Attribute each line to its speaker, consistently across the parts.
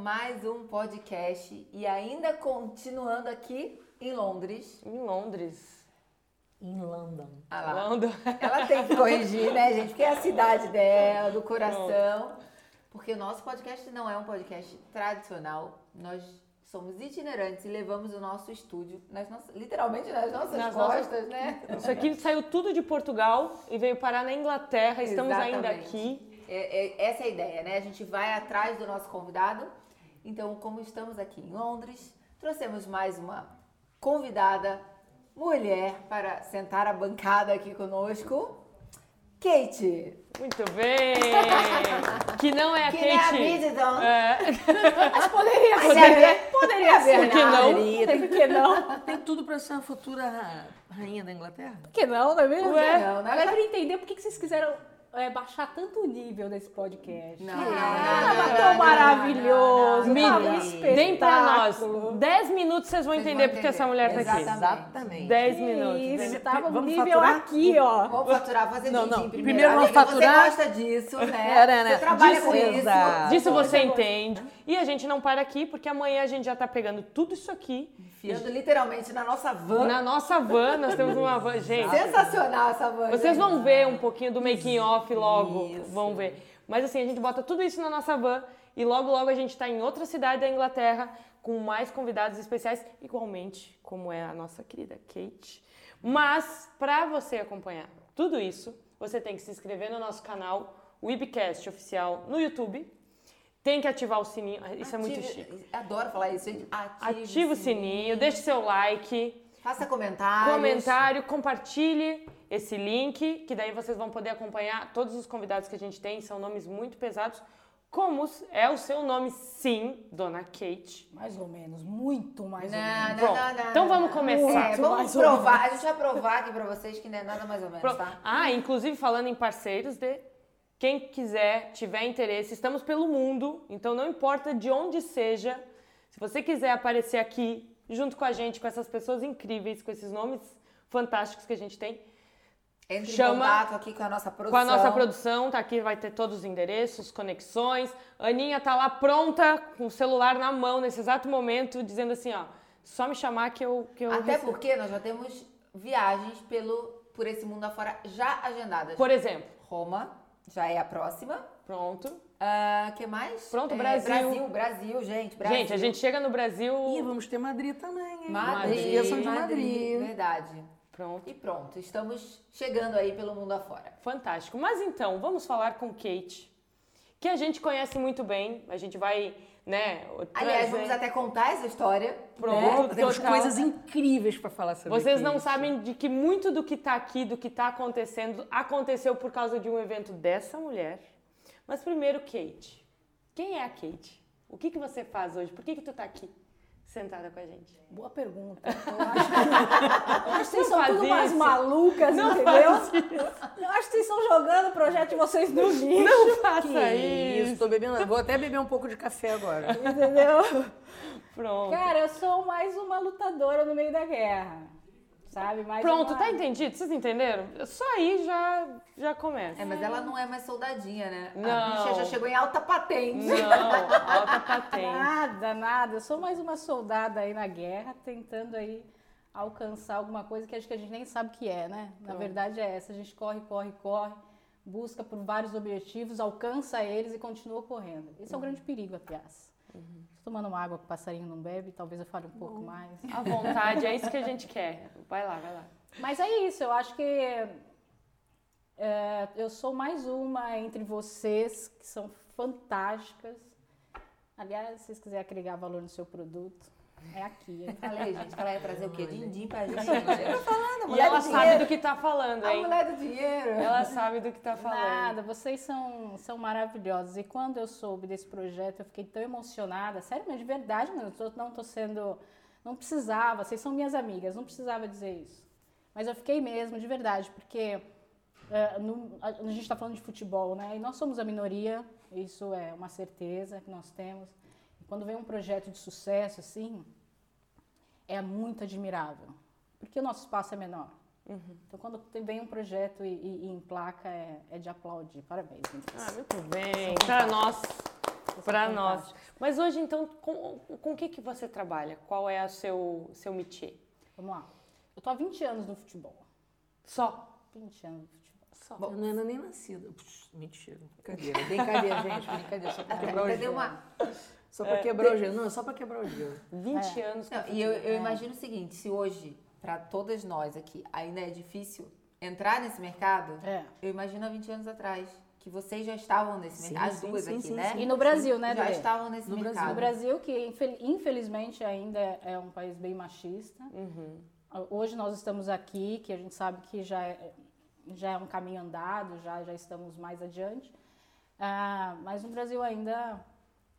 Speaker 1: mais um podcast e ainda continuando aqui em Londres.
Speaker 2: Em Londres.
Speaker 3: Em London.
Speaker 1: Ah lá.
Speaker 2: London.
Speaker 1: Ela tem que corrigir, né, gente? Porque é a cidade dela, do coração. Porque o nosso podcast não é um podcast tradicional. Nós somos itinerantes e levamos o nosso estúdio, nas nossas, literalmente nas nossas
Speaker 2: Nas
Speaker 1: costas, né?
Speaker 2: Isso aqui saiu tudo de Portugal e veio parar na Inglaterra. Estamos ainda
Speaker 1: Exatamente.
Speaker 2: aqui.
Speaker 1: É- é- essa é a ideia, né? A gente vai atrás do nosso convidado. Então, como estamos aqui em Londres, trouxemos mais uma convidada mulher para sentar a bancada aqui conosco. Kate!
Speaker 2: Muito bem! Que não é a
Speaker 1: Que
Speaker 2: Kate.
Speaker 1: não é a Bridgerton.
Speaker 2: É,
Speaker 3: Mas poderia,
Speaker 1: Poderia, poderia
Speaker 2: Por que não?
Speaker 1: Margarida, por que não?
Speaker 3: Tem tudo pra ser uma futura ra- rainha da Inglaterra?
Speaker 4: Por que não, não é mesmo?
Speaker 1: Ué. Não, né?
Speaker 4: Agora eu queria entender por que que vocês quiseram é, baixar tanto o nível desse podcast.
Speaker 1: Não,
Speaker 4: Ah,
Speaker 1: não, não,
Speaker 4: tava
Speaker 1: não,
Speaker 4: tão
Speaker 1: não,
Speaker 4: maravilhoso,
Speaker 1: não, não,
Speaker 4: tava
Speaker 1: não.
Speaker 4: um
Speaker 1: Mídia,
Speaker 2: Deem pra nós.
Speaker 4: espetáculo.
Speaker 2: Dez minutos vocês vão
Speaker 1: Vocês
Speaker 2: entender,
Speaker 1: vão
Speaker 2: porque essa mulher tá aqui.
Speaker 1: Exatamente.
Speaker 2: Dez
Speaker 4: Que
Speaker 2: minutos.
Speaker 4: Isso, tava um
Speaker 3: Vamos
Speaker 4: nível
Speaker 3: faturar?
Speaker 4: aqui, ó.
Speaker 1: Vamos faturar, fazer
Speaker 3: Não,
Speaker 1: din-din
Speaker 3: não.
Speaker 1: primeiro.
Speaker 3: Primeiro vamos
Speaker 1: Amiga,
Speaker 3: faturar.
Speaker 1: Você gosta disso, né?
Speaker 3: É, né, né?
Speaker 1: Você trabalha
Speaker 3: Disso,
Speaker 1: com isso.
Speaker 3: exato.
Speaker 2: Disso
Speaker 4: Boa,
Speaker 2: você
Speaker 4: boa.
Speaker 2: entende. E a gente não para aqui, porque amanhã a gente já tá pegando tudo isso aqui.
Speaker 1: Enfiando literalmente na nossa van.
Speaker 2: Na nossa van, nós temos uma van. Gente,
Speaker 1: Sensacional essa van.
Speaker 2: Vocês
Speaker 1: gente.
Speaker 2: vão ver um pouquinho do making off logo,
Speaker 1: Isso.
Speaker 2: vão ver. Mas assim, a gente bota tudo isso na nossa van e logo logo a gente tá em outra cidade da Inglaterra com mais convidados especiais, igualmente como é a nossa querida Kate. Mas para você acompanhar tudo isso, você tem que se inscrever no nosso canal o Webcast oficial no YouTube. Tem que ativar o sininho, isso é muito
Speaker 1: Ative-
Speaker 2: chique.
Speaker 1: Adoro falar isso, gente. Ative,
Speaker 2: Ativa o sininho, deixa seu like,
Speaker 1: Faça comentários.
Speaker 2: comentário, compartilhe esse link, que daí vocês vão poder acompanhar todos os convidados que a gente tem, são nomes muito pesados. Como os- é o seu nome, sim, Dona Kate.
Speaker 4: Mais ou menos, muito mais ou menos.
Speaker 1: Não,
Speaker 2: Pronto.
Speaker 1: não, não, não,
Speaker 2: Então
Speaker 1: não,
Speaker 2: vamos
Speaker 1: não.
Speaker 2: começar.
Speaker 1: É,
Speaker 4: Muito
Speaker 1: vamos
Speaker 4: mais ou menos.
Speaker 1: provar. A gente vai provar aqui pra vocês que não é nada mais ou menos,
Speaker 2: Pro-
Speaker 1: tá?
Speaker 2: Ah, inclusive falando em parceiros, de quem quiser, tiver interesse, estamos pelo mundo, então não importa de onde seja, se você quiser aparecer aqui junto com a gente, com essas pessoas incríveis, com esses nomes fantásticos que a gente tem,
Speaker 1: Entre em
Speaker 2: Chama-
Speaker 1: contato aqui com a nossa produção.
Speaker 2: Com a nossa produção, tá aqui, vai ter todos os endereços, conexões. Aninha tá lá pronta, com o celular na mão, nesse exato momento, dizendo assim, ó, só me chamar que eu... Que eu
Speaker 1: Até
Speaker 2: recebo.
Speaker 1: porque nós já temos viagens pelo, por esse mundo afora já agendadas.
Speaker 2: Por exemplo,
Speaker 1: Roma já é a próxima.
Speaker 2: pronto.
Speaker 1: O que mais?
Speaker 2: Pronto,
Speaker 1: É,
Speaker 2: Brasil.
Speaker 1: Brasil, Brasil, gente. Brasil.
Speaker 2: Gente, a gente chega no Brasil...
Speaker 3: E vamos ter Madrid também, hein? Não
Speaker 1: Madrid,
Speaker 3: esqueçam de
Speaker 1: Madrid,
Speaker 3: Madrid.
Speaker 1: verdade.
Speaker 2: Pronto.
Speaker 1: E pronto, estamos chegando aí pelo mundo afora.
Speaker 2: Fantástico. Mas então, vamos falar com Kate, que a gente conhece muito bem, a gente vai, né...
Speaker 1: Aliás,
Speaker 2: trazer-
Speaker 1: vamos até contar essa história.
Speaker 2: Pronto,
Speaker 3: Né? Temos
Speaker 2: total.
Speaker 3: coisas incríveis pra falar sobre
Speaker 2: Vocês não
Speaker 3: isso.
Speaker 2: sabem de que muito do que está aqui, do que está acontecendo, aconteceu por causa de um evento dessa mulher. Mas primeiro, Kate. Quem é a Kate? O que, que você faz hoje? Por que, que tu tá aqui, sentada com a gente?
Speaker 4: Boa pergunta. Eu acho que, eu acho que vocês
Speaker 2: Não
Speaker 4: são tudo
Speaker 2: faz
Speaker 4: mais
Speaker 2: isso.
Speaker 4: malucas,
Speaker 2: Não
Speaker 4: entendeu?
Speaker 2: faz
Speaker 4: Eu acho que vocês estão jogando o projeto de vocês no lixo,
Speaker 2: Não
Speaker 3: Que
Speaker 2: faça
Speaker 3: isso,
Speaker 2: isso!
Speaker 3: tô bebendo. Vou até beber um pouco de café agora.
Speaker 4: entendeu?
Speaker 2: Pronto.
Speaker 4: Cara, eu sou mais uma lutadora no meio da guerra. Sabe? Mais
Speaker 2: Pronto,
Speaker 4: uma...
Speaker 2: tá entendido? Vocês entenderam? Só aí já, já começa.
Speaker 1: É, mas ela não é mais soldadinha, né? A
Speaker 2: Não.
Speaker 1: bicha já chegou em alta patente.
Speaker 2: Não, alta patente.
Speaker 4: Nada, nada. Eu sou mais uma soldada aí na guerra, tentando aí alcançar alguma coisa que acho que a gente nem sabe o que é, né? Na
Speaker 2: Pronto.
Speaker 4: verdade é essa. A gente corre, corre, corre, busca por vários objetivos, alcança eles e continua correndo. Esse é o grande perigo, aliás. Tô tomando uma água que o passarinho não bebe, talvez eu fale um pouco mais.
Speaker 2: A vontade, é isso que a gente quer. Vai lá, vai lá.
Speaker 4: Mas é isso, eu acho que é, eu sou mais uma entre vocês que são fantásticas. Aliás, se vocês quiserem agregar valor no seu produto, é aqui. hein?
Speaker 1: Falei, gente, que ela ia trazer o quê? Dindim pra gente. Eu tô falando, a
Speaker 2: E
Speaker 1: mulher
Speaker 2: ela
Speaker 1: do
Speaker 2: sabe
Speaker 1: dinheiro.
Speaker 2: do que tá falando,
Speaker 1: A
Speaker 2: hein?
Speaker 1: mulher do dinheiro.
Speaker 2: Ela sabe do que tá falando.
Speaker 4: Nada, vocês são, são maravilhosos. E quando eu soube desse projeto, eu fiquei tão emocionada. Sério, mas de verdade, mano, eu tô- não tô sendo. Não precisava, vocês são minhas amigas, não precisava dizer isso. Mas eu fiquei mesmo, de verdade, porque é, no- a, a gente tá falando de futebol, né? E nós somos a minoria, isso é uma certeza que nós temos. E quando vem um projeto de sucesso, assim, é muito admirável. Porque o nosso espaço é menor. Então, quando tem- vem um projeto e, e, e emplaca, é, é de aplaudir. Parabéns. meninas.
Speaker 2: Ah, muito bem. Para nós,
Speaker 4: Vocês
Speaker 2: Pra
Speaker 4: são
Speaker 2: nós.
Speaker 4: fantásticos.
Speaker 2: Mas hoje, então, com, com o que, que você trabalha? Qual é o seu, seu métier?
Speaker 4: Vamos lá. Eu tô há 20 anos no futebol.
Speaker 2: Só.
Speaker 4: 20 anos no futebol.
Speaker 2: Só.
Speaker 3: Eu não era nem nascida. Pux, mentira. Brincadeira. Brincadeira, gente. Brincadeira. É. Só pra quebrar o
Speaker 1: Cadê
Speaker 3: gelo.
Speaker 1: uma...
Speaker 3: Só pra quebrar o gelo. Não, só pra quebrar o gelo.
Speaker 2: 20 anos com
Speaker 1: Não, assim, e eu, eu imagino o seguinte, se hoje, para todas nós aqui, ainda é difícil entrar nesse mercado,
Speaker 4: É.
Speaker 1: eu imagino há 20 anos atrás, que vocês já estavam nesse
Speaker 3: Sim,
Speaker 1: mercado, as
Speaker 3: sim,
Speaker 1: duas
Speaker 3: sim,
Speaker 1: aqui,
Speaker 3: sim,
Speaker 1: né?
Speaker 4: E no Brasil, né,
Speaker 1: Já
Speaker 4: Dede?
Speaker 1: estavam nesse
Speaker 3: No Brasil.
Speaker 1: mercado.
Speaker 4: No Brasil, que infel- infelizmente ainda é um país bem machista. Hoje nós estamos aqui, que a gente sabe que já é, já é um caminho andado, já, já estamos mais adiante. Ah, mas no Brasil ainda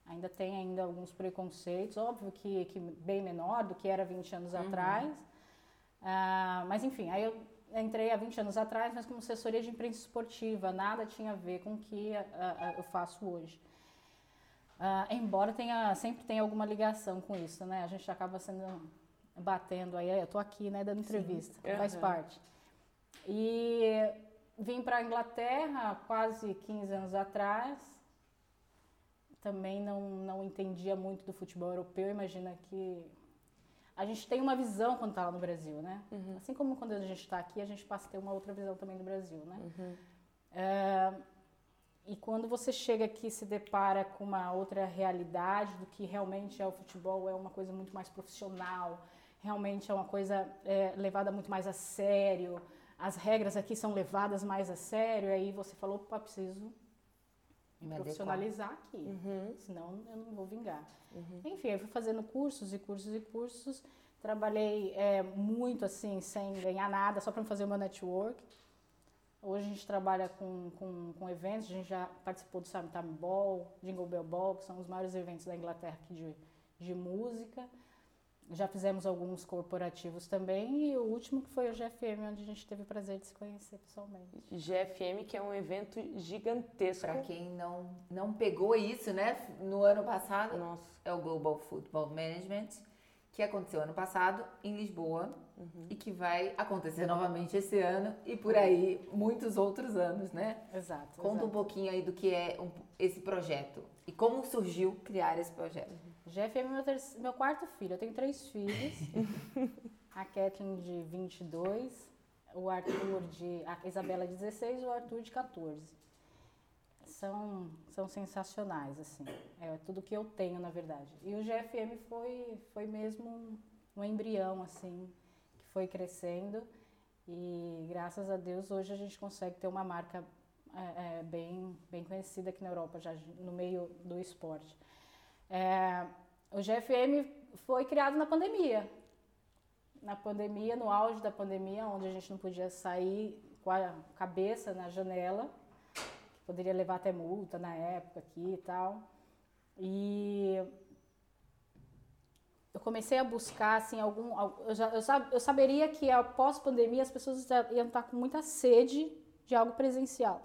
Speaker 4: ainda tem ainda alguns preconceitos, óbvio que, que bem menor do que era 20 anos atrás. Ah, mas enfim, aí eu entrei há 20 anos atrás, mas como assessoria de imprensa esportiva, nada tinha a ver com o que ah, ah, eu faço hoje. Ah, embora tenha, sempre tenha alguma ligação com isso, né? A gente acaba sendo batendo aí, eu tô aqui, né, dando entrevista, faz
Speaker 2: Aham.
Speaker 4: parte. E vim para a Inglaterra quase 15 anos atrás. Também não, não entendia muito do futebol europeu, imagina que a gente tem uma visão quando está lá no Brasil, né? Assim como quando a gente está aqui, a gente passa a ter uma outra visão também do Brasil, né? É, e quando você chega aqui e se depara com uma outra realidade do que realmente é o futebol, é uma coisa muito mais profissional, realmente é uma coisa é, levada muito mais a sério, as regras aqui são levadas mais a sério, aí você falou, opa, preciso
Speaker 1: Me adequar.
Speaker 4: profissionalizar aqui, senão eu não vou vingar. Enfim, eu fui fazendo cursos e cursos e cursos, trabalhei é, muito assim, sem ganhar nada, só para fazer o meu network. Hoje a gente trabalha com, com, com eventos, a gente já participou do Summertime Ball, Jingle Bell Ball, que são os maiores eventos da Inglaterra aqui de, de música. Já fizemos alguns corporativos também e o último que foi o GFM, onde a gente teve o prazer de se conhecer pessoalmente.
Speaker 2: GFM, que é um evento gigantesco.
Speaker 1: Para quem não, não pegou isso, né, no ano passado,
Speaker 2: Nossa.
Speaker 1: é o Global Football Management, que aconteceu ano passado em Lisboa
Speaker 4: Uhum.
Speaker 1: e que vai acontecer novamente esse ano e por aí muitos outros anos, né?
Speaker 4: Exato.
Speaker 1: Conta um pouquinho aí do que é um- esse projeto e como surgiu criar esse projeto.
Speaker 4: GFM é meu, terce- meu quarto filho. Eu tenho três filhos. a Kathleen de 22, o Arthur de... A Isabela de 16 e o Arthur de 14. São, são sensacionais, assim. É tudo que eu tenho, na verdade. E o GFM foi, foi mesmo um, um embrião, assim, que foi crescendo. E graças a Deus, hoje a gente consegue ter uma marca é, é, bem, bem conhecida aqui na Europa, já no meio do esporte. É, o GFM foi criado na pandemia. Na pandemia, no auge da pandemia, onde a gente não podia sair com a cabeça na janela, que poderia levar até multa na época aqui e tal. E eu comecei a buscar, assim, algum. al- Eu, já, eu, sab- eu saberia que após pandemia as pessoas já iam estar com muita sede de algo presencial.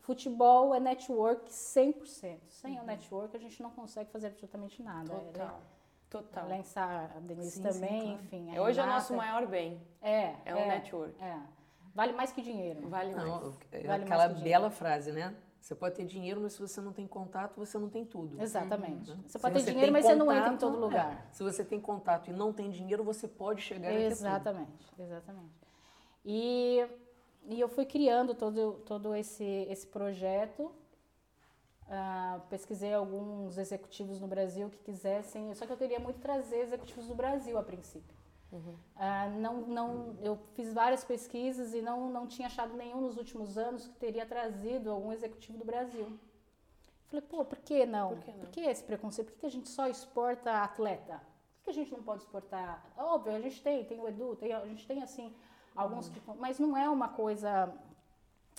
Speaker 4: Futebol é network 100%. Sem o network a gente não consegue fazer absolutamente nada. É
Speaker 2: Total. Total.
Speaker 4: Ela ensar a Denise
Speaker 3: Sim, sim,
Speaker 4: também,
Speaker 3: claro.
Speaker 4: enfim.
Speaker 2: É, hoje é o
Speaker 4: Renata.
Speaker 2: nosso maior bem.
Speaker 4: É,
Speaker 2: É o network.
Speaker 4: é. Vale mais que dinheiro.
Speaker 2: Vale mais.
Speaker 3: Não, é
Speaker 4: Vale mais
Speaker 3: aquela
Speaker 4: que dinheiro.
Speaker 3: bela frase, né? Você pode ter dinheiro, mas se você não tem contato, você não tem tudo.
Speaker 4: Exatamente.
Speaker 3: Né?
Speaker 4: Você
Speaker 3: Se
Speaker 4: pode ter dinheiro,
Speaker 3: tem
Speaker 4: mas você não entra em
Speaker 3: contato,
Speaker 4: todo lugar.
Speaker 3: é. Se você tem contato e não tem dinheiro, você pode chegar até tudo.
Speaker 4: Exatamente, exatamente. E, e eu fui criando todo, todo esse, esse projeto. Ah, pesquisei alguns executivos no Brasil que quisessem, só que eu queria muito trazer executivos do Brasil a princípio.
Speaker 2: Uhum.
Speaker 4: Ah, não, não, eu fiz várias pesquisas e não, não tinha achado nenhum nos últimos anos que teria trazido algum executivo do Brasil. Falei, pô, por que não?
Speaker 2: Por que não?
Speaker 4: esse preconceito? Por que a gente só exporta atleta? Por que a gente não pode exportar? Óbvio, a gente tem, tem o Edu, tem, a gente tem assim,
Speaker 2: Uhum.
Speaker 4: alguns que. Mas não é uma coisa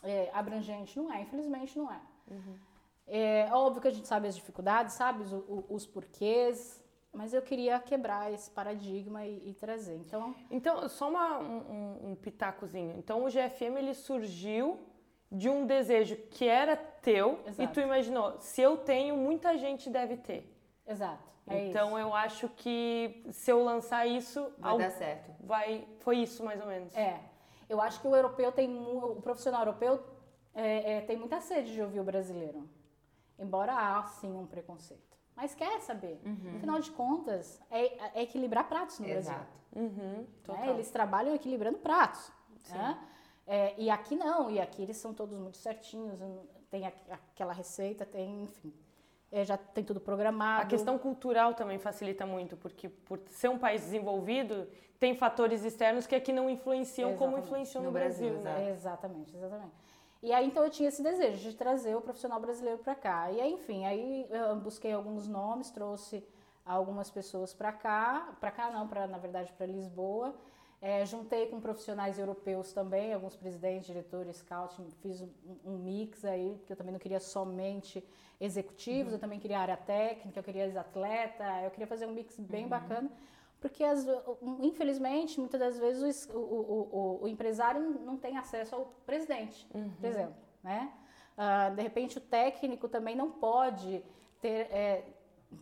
Speaker 4: é, abrangente, não é, infelizmente não é. É óbvio que a gente sabe as dificuldades, sabe os, o- os porquês, mas eu queria quebrar esse paradigma e, e trazer. Então,
Speaker 2: Então, só uma- um, um- um pitacozinho. Então, o GFM ele surgiu de um desejo que era teu e
Speaker 4: Exato.
Speaker 2: tu imaginou, se eu tenho, muita gente deve ter.
Speaker 4: exato. É
Speaker 2: então, eu acho que se eu lançar isso,
Speaker 1: Vai
Speaker 2: al-
Speaker 1: dar certo.
Speaker 2: vai- foi isso mais ou menos.
Speaker 4: isso. É. Eu acho que o europeu tem mu- o profissional europeu é, é, tem muita sede de ouvir o brasileiro. Embora há, sim, um preconceito. Mas quer saber. Afinal de contas, é, é equilibrar pratos no Brasil.
Speaker 1: Exato.
Speaker 2: Uhum,
Speaker 4: né?
Speaker 2: total.
Speaker 4: Eles trabalham equilibrando pratos. né? É, e aqui não, e aqui eles são todos muito certinhos, hum, tem a- aquela receita, tem, enfim, é, já tem tudo programado.
Speaker 2: A questão cultural também facilita muito, porque por ser um país desenvolvido, tem fatores externos que aqui não influenciam como
Speaker 4: Exatamente.
Speaker 2: influenciam no,
Speaker 1: No
Speaker 2: Brasil,
Speaker 1: Brasil,
Speaker 2: né?
Speaker 1: exato.
Speaker 4: É, Exatamente, exatamente. E aí, então, eu tinha esse desejo de trazer o profissional brasileiro para cá. E aí, enfim, aí eu busquei alguns nomes, trouxe algumas pessoas para cá, para cá não, pra, na verdade, para Lisboa. É, juntei com profissionais europeus também, alguns presidentes, diretores, scouting, fiz um, um mix aí, porque eu também não queria somente executivos, eu também queria área técnica, eu queria ex-atleta, eu queria fazer um mix bem bacana, porque as- um, infelizmente, muitas das vezes o es- o, o- o- o empresário não tem acesso ao presidente, por exemplo, né? Ah, de repente o técnico também não pode ter, é,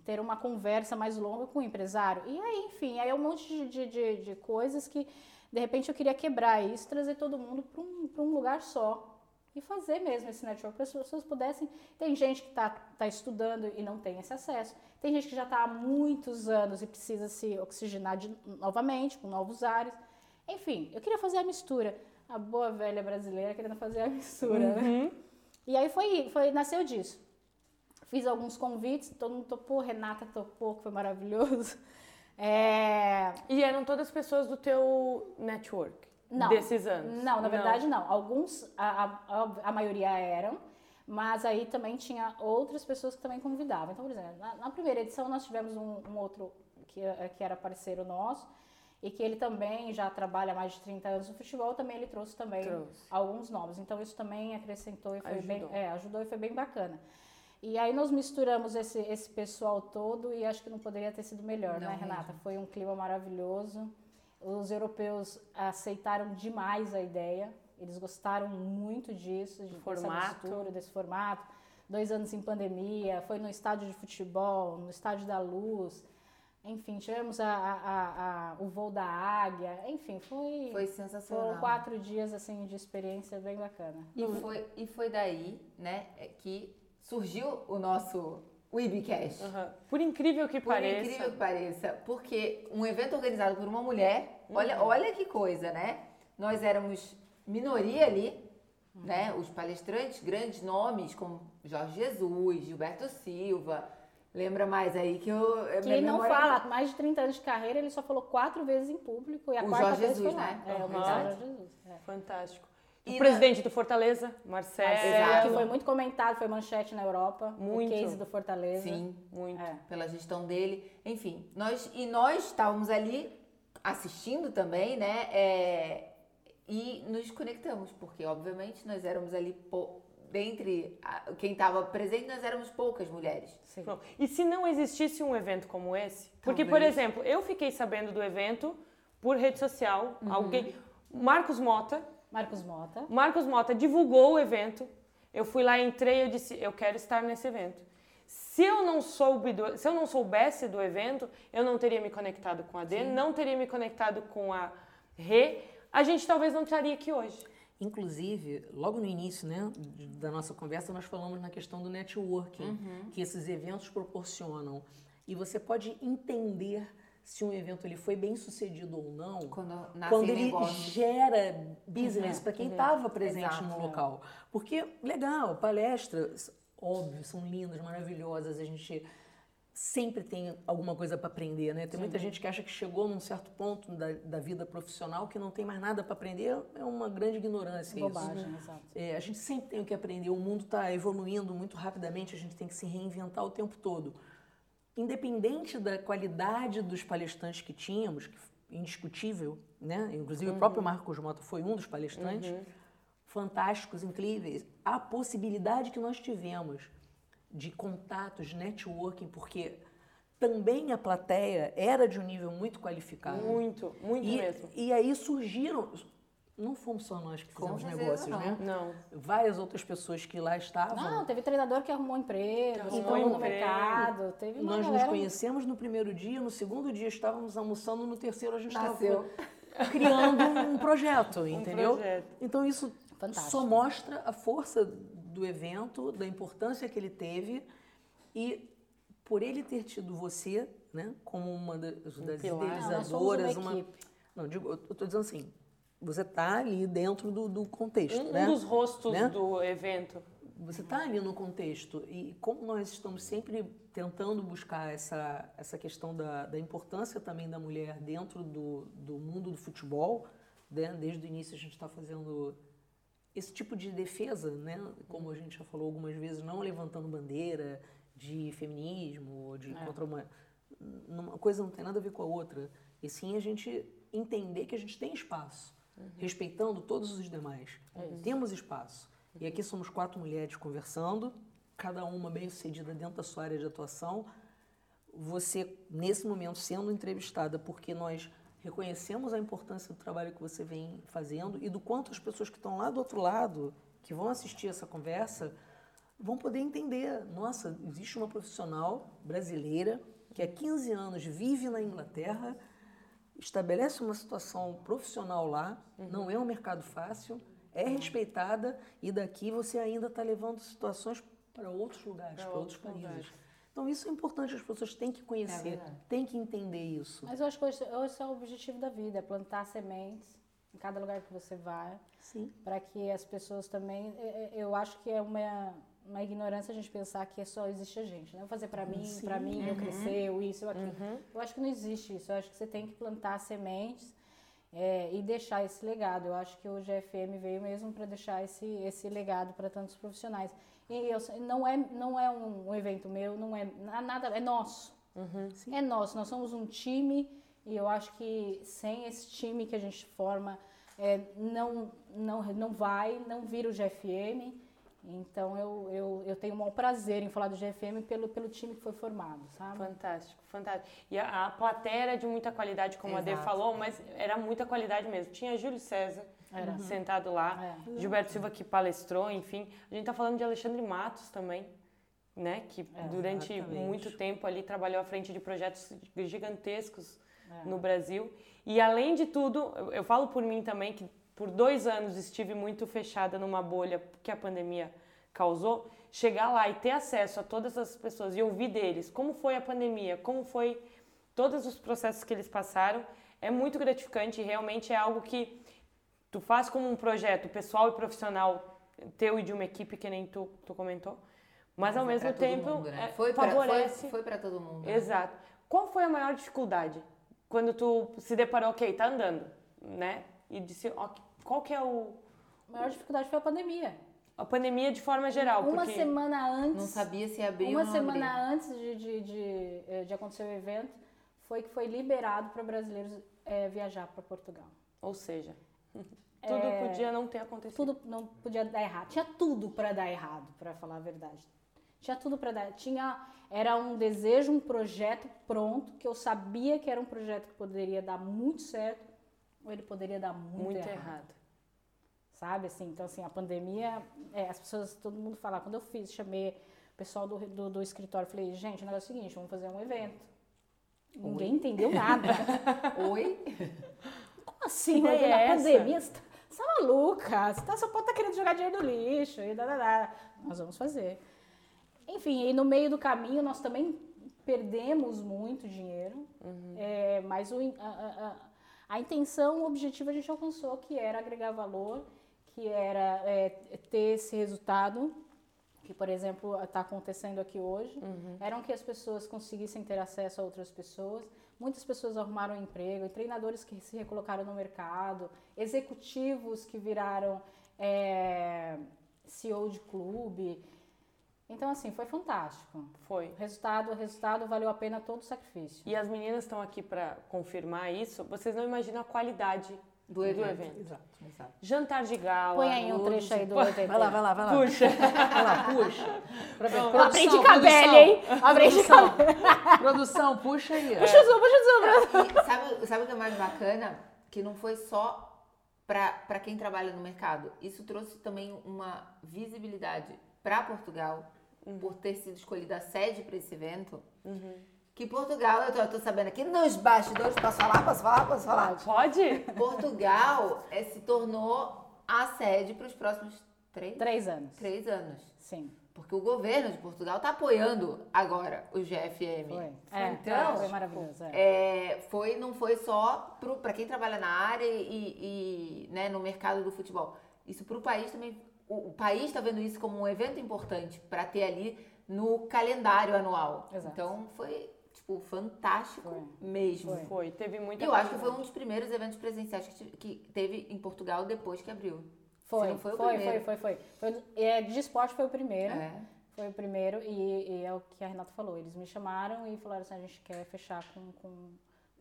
Speaker 4: ter uma conversa mais longa com o empresário. E aí, enfim, aí é um monte de, de- de- de coisas que de repente eu queria quebrar isso, trazer todo mundo para um, pra um lugar só e fazer mesmo esse network para as pessoas pudessem. Tem gente que está tá estudando e não tem esse acesso, tem gente que já está há muitos anos e precisa se oxigenar de- novamente, com novos ares. Enfim, eu queria fazer a mistura. A boa velha brasileira querendo fazer a mistura, né? E aí foi, foi, nasceu disso. Fiz alguns convites, todo mundo topou, Renata topou, que foi maravilhoso. É,
Speaker 2: E eram todas pessoas do teu network
Speaker 4: Não.
Speaker 2: desses anos?
Speaker 4: Não, na verdade não. Alguns, a, a- a- a maioria eram, mas aí também tinha outras pessoas que também convidavam. Então, por exemplo, na, na primeira edição nós tivemos um, um outro que, eh, que era parceiro nosso e que ele também já trabalha há mais de 30 anos no futebol, também ele trouxe também
Speaker 2: Trouxe.
Speaker 4: alguns nomes. Então isso também acrescentou e foi
Speaker 2: Ajudou.
Speaker 4: bem, é, ajudou e foi bem bacana. E aí nós misturamos esse, esse pessoal todo e acho que não poderia ter sido melhor,
Speaker 1: Não
Speaker 4: né,
Speaker 1: mesmo.
Speaker 4: Renata? Foi um clima maravilhoso. Os europeus aceitaram demais a ideia. Eles gostaram muito disso, de dessa
Speaker 2: Formato.
Speaker 4: mistura, desse formato. Dois anos em pandemia, foi no estádio de futebol, no estádio da Luz. Enfim, tivemos a, a- a- a- o voo da águia. Enfim, foi,
Speaker 1: Foi
Speaker 4: foram
Speaker 1: sensacional.
Speaker 4: quatro dias assim de experiência bem bacana.
Speaker 1: E foi, e foi daí, né, é que surgiu o nosso Webcast.
Speaker 2: Aham. Por incrível que
Speaker 1: Por
Speaker 2: pareça.
Speaker 1: incrível que pareça, porque um evento organizado por uma mulher, olha, olha que coisa, né? Nós éramos minoria ali, né? Os palestrantes, grandes nomes como Jorge Jesus, Gilberto Silva. Lembra mais aí que eu. a
Speaker 4: Que
Speaker 1: minha
Speaker 4: ele não
Speaker 1: memória-
Speaker 4: fala, mais de 30 anos de carreira, ele só falou quatro vezes em público e a
Speaker 1: O
Speaker 4: quarta
Speaker 1: Jorge
Speaker 4: vez foi
Speaker 1: Jesus,
Speaker 4: lá.
Speaker 1: né?
Speaker 4: É, o
Speaker 2: Uhum.
Speaker 4: Jorge Jesus. É.
Speaker 2: Fantástico.
Speaker 1: E
Speaker 2: o
Speaker 1: na-
Speaker 2: presidente do Fortaleza,
Speaker 4: Marcelo,
Speaker 2: Marcelo.
Speaker 1: Exato.
Speaker 4: que foi muito comentado, foi manchete na Europa,
Speaker 2: Muito.
Speaker 4: o case do Fortaleza.
Speaker 1: Sim,
Speaker 2: Muito.
Speaker 4: É.
Speaker 1: pela gestão dele. Enfim, nós e nós estávamos ali assistindo também, né? É, e nos conectamos, porque obviamente nós éramos ali pou- dentre a- quem estava presente, nós éramos poucas mulheres.
Speaker 4: Sim.
Speaker 2: Pronto. E se não existisse um evento como esse? Porque, por
Speaker 1: Talvez.
Speaker 2: exemplo, eu fiquei sabendo do evento por rede social.
Speaker 1: Uhum.
Speaker 2: Alguém. Marcos Mota.
Speaker 4: Marcos Mota.
Speaker 2: Marcos Mota divulgou o evento. Eu fui lá, entrei e disse, eu quero estar nesse evento. Se eu não soube do- se eu não soubesse do evento, eu não teria me conectado com a D, não teria me conectado com a Rê. A gente talvez não estaria aqui hoje.
Speaker 3: Inclusive, logo no início né, de- da nossa conversa, nós falamos na questão do networking,
Speaker 4: Uhum.
Speaker 3: que esses eventos proporcionam. E você pode entender se um evento ele foi bem sucedido ou não
Speaker 1: Quando nascem
Speaker 3: quando ele
Speaker 1: negócios. Uhum,
Speaker 3: gera business para quem estava presente
Speaker 1: Exato,
Speaker 3: no local. Porque, legal, palestras, óbvio, são lindas, maravilhosas, a gente sempre tem alguma coisa para aprender, né? Tem muita gente que acha que chegou num certo ponto da, da vida profissional que não tem mais nada para aprender, é uma grande ignorância isso.
Speaker 4: Bobagem, exato.
Speaker 3: É, a gente sempre tem o que aprender, o mundo está evoluindo muito rapidamente, a gente tem que se reinventar o tempo todo. Independente da qualidade dos palestrantes que tínhamos, que f- indiscutível, né? inclusive
Speaker 2: Uhum.
Speaker 3: o próprio Marcos Mota foi um dos palestrantes, fantásticos, incríveis, a possibilidade que nós tivemos de contatos, networking, porque também a plateia era de um nível muito qualificado.
Speaker 2: Muito, muito
Speaker 3: E,
Speaker 2: mesmo.
Speaker 3: e aí surgiram. Não fomos só nós que
Speaker 1: Com
Speaker 3: fizemos
Speaker 1: certeza
Speaker 3: negócios,
Speaker 1: não.
Speaker 3: né?
Speaker 2: Não.
Speaker 3: Várias outras pessoas que lá estavam.
Speaker 4: Não, teve treinador que arrumou emprego,
Speaker 2: Arrumou
Speaker 4: se formou no
Speaker 2: emprego.
Speaker 4: mercado, teve uma
Speaker 3: nós nos
Speaker 4: galera...
Speaker 3: conhecemos no primeiro dia, no segundo dia estávamos almoçando, no terceiro a gente
Speaker 1: Nasceu.
Speaker 3: estava criando um projeto, entendeu?
Speaker 2: projeto.
Speaker 3: Então isso
Speaker 4: Fantástico.
Speaker 3: só mostra a força do do evento, da importância que ele teve e por ele ter tido você, né, como uma das,
Speaker 2: pilar.
Speaker 4: Não,
Speaker 3: das
Speaker 4: nós somos
Speaker 3: idealizadoras,
Speaker 4: uma
Speaker 3: uma.
Speaker 4: equipe.
Speaker 3: Não, digo, eu tô dizendo assim, você tá ali dentro do, do contexto,
Speaker 2: Um, um
Speaker 3: né?
Speaker 2: dos rostos
Speaker 3: Né?
Speaker 2: do evento.
Speaker 3: Você está ali no contexto e como nós estamos sempre tentando buscar essa, essa questão da, da importância também da mulher dentro do, do mundo do futebol, né? desde o início a gente está fazendo esse tipo de defesa, né? como a gente já falou algumas vezes, não levantando bandeira de feminismo ou de contra uma, uma coisa não tem nada a ver com a outra, e sim a gente entender que a gente tem espaço, respeitando todos os demais. Temos espaço. E aqui somos quatro mulheres conversando, cada uma bem sucedida dentro da sua área de atuação. Você, nesse momento, sendo entrevistada, porque nós reconhecemos a importância do trabalho que você vem fazendo e do quanto as pessoas que estão lá do outro lado, que vão assistir essa conversa, vão poder entender. Nossa, existe uma profissional brasileira que há 15 anos vive na Inglaterra, estabelece uma situação profissional lá, não é um mercado fácil, é respeitada e daqui você ainda está levando situações para outros lugares, para, outros
Speaker 2: outros
Speaker 3: países.
Speaker 2: lugares.
Speaker 3: Então isso é importante, as pessoas têm que
Speaker 4: É
Speaker 3: conhecer, têm que entender isso.
Speaker 4: Mas eu acho que hoje, hoje é o objetivo da vida, é plantar sementes em cada lugar que você vai,
Speaker 3: Sim.
Speaker 4: para que as pessoas também... eh, eh, Eu acho que é uma, uma ignorância a gente pensar que só existe a gente, né? Eu fazer para mim,
Speaker 3: Sim.
Speaker 4: para mim, eu crescer, eu isso, eu aquilo. Eu acho que não existe isso, eu acho que você tem que plantar sementes eh, e deixar esse legado. Eu acho que hoje a FM veio mesmo para deixar esse, esse legado para tantos profissionais. E eu, não é, não é um, um evento meu, não é na- nada, é nosso. É nosso, nós somos um time e eu acho que sem esse time que a gente forma eh, não, não, não vai, não vira o GFM. Então eu, eu, eu tenho o maior prazer em falar do GFM pelo, pelo time que foi formado, sabe?
Speaker 2: Fantástico, fantástico. E a, a plateia era de muita qualidade, como a Dê
Speaker 1: Exato.
Speaker 2: falou, mas era muita qualidade mesmo. Tinha Júlio César
Speaker 4: Era.
Speaker 2: sentado lá,
Speaker 3: É.
Speaker 2: Gilberto Silva que palestrou, enfim. A gente tá falando de Alexandre Matos também, né? Que
Speaker 3: É,
Speaker 2: durante
Speaker 3: Exatamente.
Speaker 2: muito tempo ali trabalhou à frente de projetos gigantescos no Brasil. E além de tudo, eu, eu falo por mim também que por dois anos estive muito fechada numa bolha que a pandemia causou. Chegar lá e ter acesso a todas as pessoas e ouvir deles como foi a pandemia, como foi todos os processos que eles passaram, é muito gratificante e realmente é algo que tu faz como um projeto pessoal e profissional teu e de uma equipe que nem tu, tu comentou, mas, ao
Speaker 1: é
Speaker 2: mesmo
Speaker 1: pra todo
Speaker 2: tempo
Speaker 1: mundo, né?
Speaker 2: é,
Speaker 1: foi pra-
Speaker 2: favorece.
Speaker 1: foi, foi para todo mundo. né?
Speaker 2: Exato. Qual foi a maior dificuldade quando tu se deparou, ok, tá andando, né? E disse, ó, qual que é o
Speaker 4: A maior dificuldade foi a pandemia.
Speaker 2: a pandemia de forma geral?
Speaker 4: Uma
Speaker 2: porque
Speaker 4: semana antes.
Speaker 1: Não sabia se abrir
Speaker 4: Uma
Speaker 1: ou não abrir.
Speaker 4: semana antes de, de, de, eh, de acontecer o evento, foi que foi liberado para brasileiros eh, viajar para Portugal.
Speaker 2: ou seja, tudo podia não ter acontecido.
Speaker 4: É. Tudo não podia dar errado. Tinha tudo para dar errado, para falar a verdade. Tinha tudo para dar. Tinha era um desejo, um projeto pronto que eu sabia que era um projeto que poderia dar muito certo ou ele poderia dar muito,
Speaker 2: muito
Speaker 4: errado.
Speaker 2: errado.
Speaker 4: Sabe assim, então assim, a pandemia, é, as pessoas, todo mundo fala, quando eu fiz, chamei o pessoal do, do, do escritório, falei, gente, o negócio é o seguinte, vamos fazer um evento. Ninguém entendeu nada.
Speaker 1: Oi?
Speaker 4: Como assim?
Speaker 2: Que
Speaker 4: Mas
Speaker 2: ideia
Speaker 4: na
Speaker 2: é essa?
Speaker 4: pandemia, você tá, você tá maluca? Você tá, só pode estar querendo jogar dinheiro no lixo e dadadá. Nós vamos fazer. Enfim, e no meio do caminho nós também perdemos muito dinheiro, É, mas o in- a, a- a- a intenção, o objetivo a gente alcançou, que era agregar valor, que era é, ter esse resultado, que por exemplo está acontecendo aqui hoje, eram que as pessoas conseguissem ter acesso a outras pessoas. Muitas pessoas arrumaram emprego, treinadores que se recolocaram no mercado, executivos que viraram é, CEO de clube. Então assim foi fantástico.
Speaker 2: Foi.
Speaker 4: O resultado, o resultado valeu a pena todo o sacrifício.
Speaker 2: E as meninas estão aqui para confirmar isso. Vocês não imaginam a qualidade
Speaker 1: Do evento.
Speaker 3: Exato.
Speaker 1: Exato.
Speaker 2: Jantar de gala.
Speaker 4: Põe aí um
Speaker 2: luzes,
Speaker 4: trecho aí do
Speaker 2: pô,
Speaker 4: OTT.
Speaker 3: Vai lá, vai lá, vai lá.
Speaker 2: Puxa.
Speaker 3: Vai lá, puxa. Pra ver. Produção,
Speaker 4: Aprendi cabelo, hein? Aprendi cabelo.
Speaker 3: Produção, produção, puxa aí.
Speaker 4: Puxa o zoom, puxa o zoom.
Speaker 1: E sabe, sabe o que é mais bacana? Que não foi só pra pra quem trabalha no mercado. Isso trouxe também uma visibilidade pra Portugal, por ter sido escolhida a sede pra esse evento. Que Portugal, eu tô, eu tô sabendo aqui nos bastidores,
Speaker 3: É, tá,
Speaker 1: posso falar, posso falar, posso
Speaker 3: Ah,
Speaker 1: falar.
Speaker 2: Pode?
Speaker 1: Portugal eh, se tornou a sede para os próximos Três?
Speaker 4: Três anos.
Speaker 1: Três anos.
Speaker 4: Sim.
Speaker 1: Porque o governo de Portugal está apoiando agora o GFM.
Speaker 4: Foi. É,
Speaker 1: então,
Speaker 4: foi maravilhoso. é.
Speaker 1: É, foi, não foi só para quem trabalha na área e, e, né, no mercado do futebol. Isso para o país também. O, o país está vendo isso como um evento importante para ter ali no calendário anual.
Speaker 4: Exato.
Speaker 1: Então foi tipo fantástico
Speaker 4: Foi.
Speaker 1: mesmo.
Speaker 4: Foi.
Speaker 2: Foi, teve muita
Speaker 1: E eu acho que foi
Speaker 2: qualidade.
Speaker 1: um dos primeiros eventos presenciais que, te- que teve em Portugal depois que abriu.
Speaker 4: Foi,
Speaker 1: Se não foi o
Speaker 4: foi, foi,
Speaker 1: primeiro.
Speaker 4: foi, foi, Foi- é, de esporte foi o primeiro.
Speaker 1: É.
Speaker 4: Foi o primeiro e, e é o que a Renata falou. Eles me chamaram e falaram assim, a gente quer fechar com, com,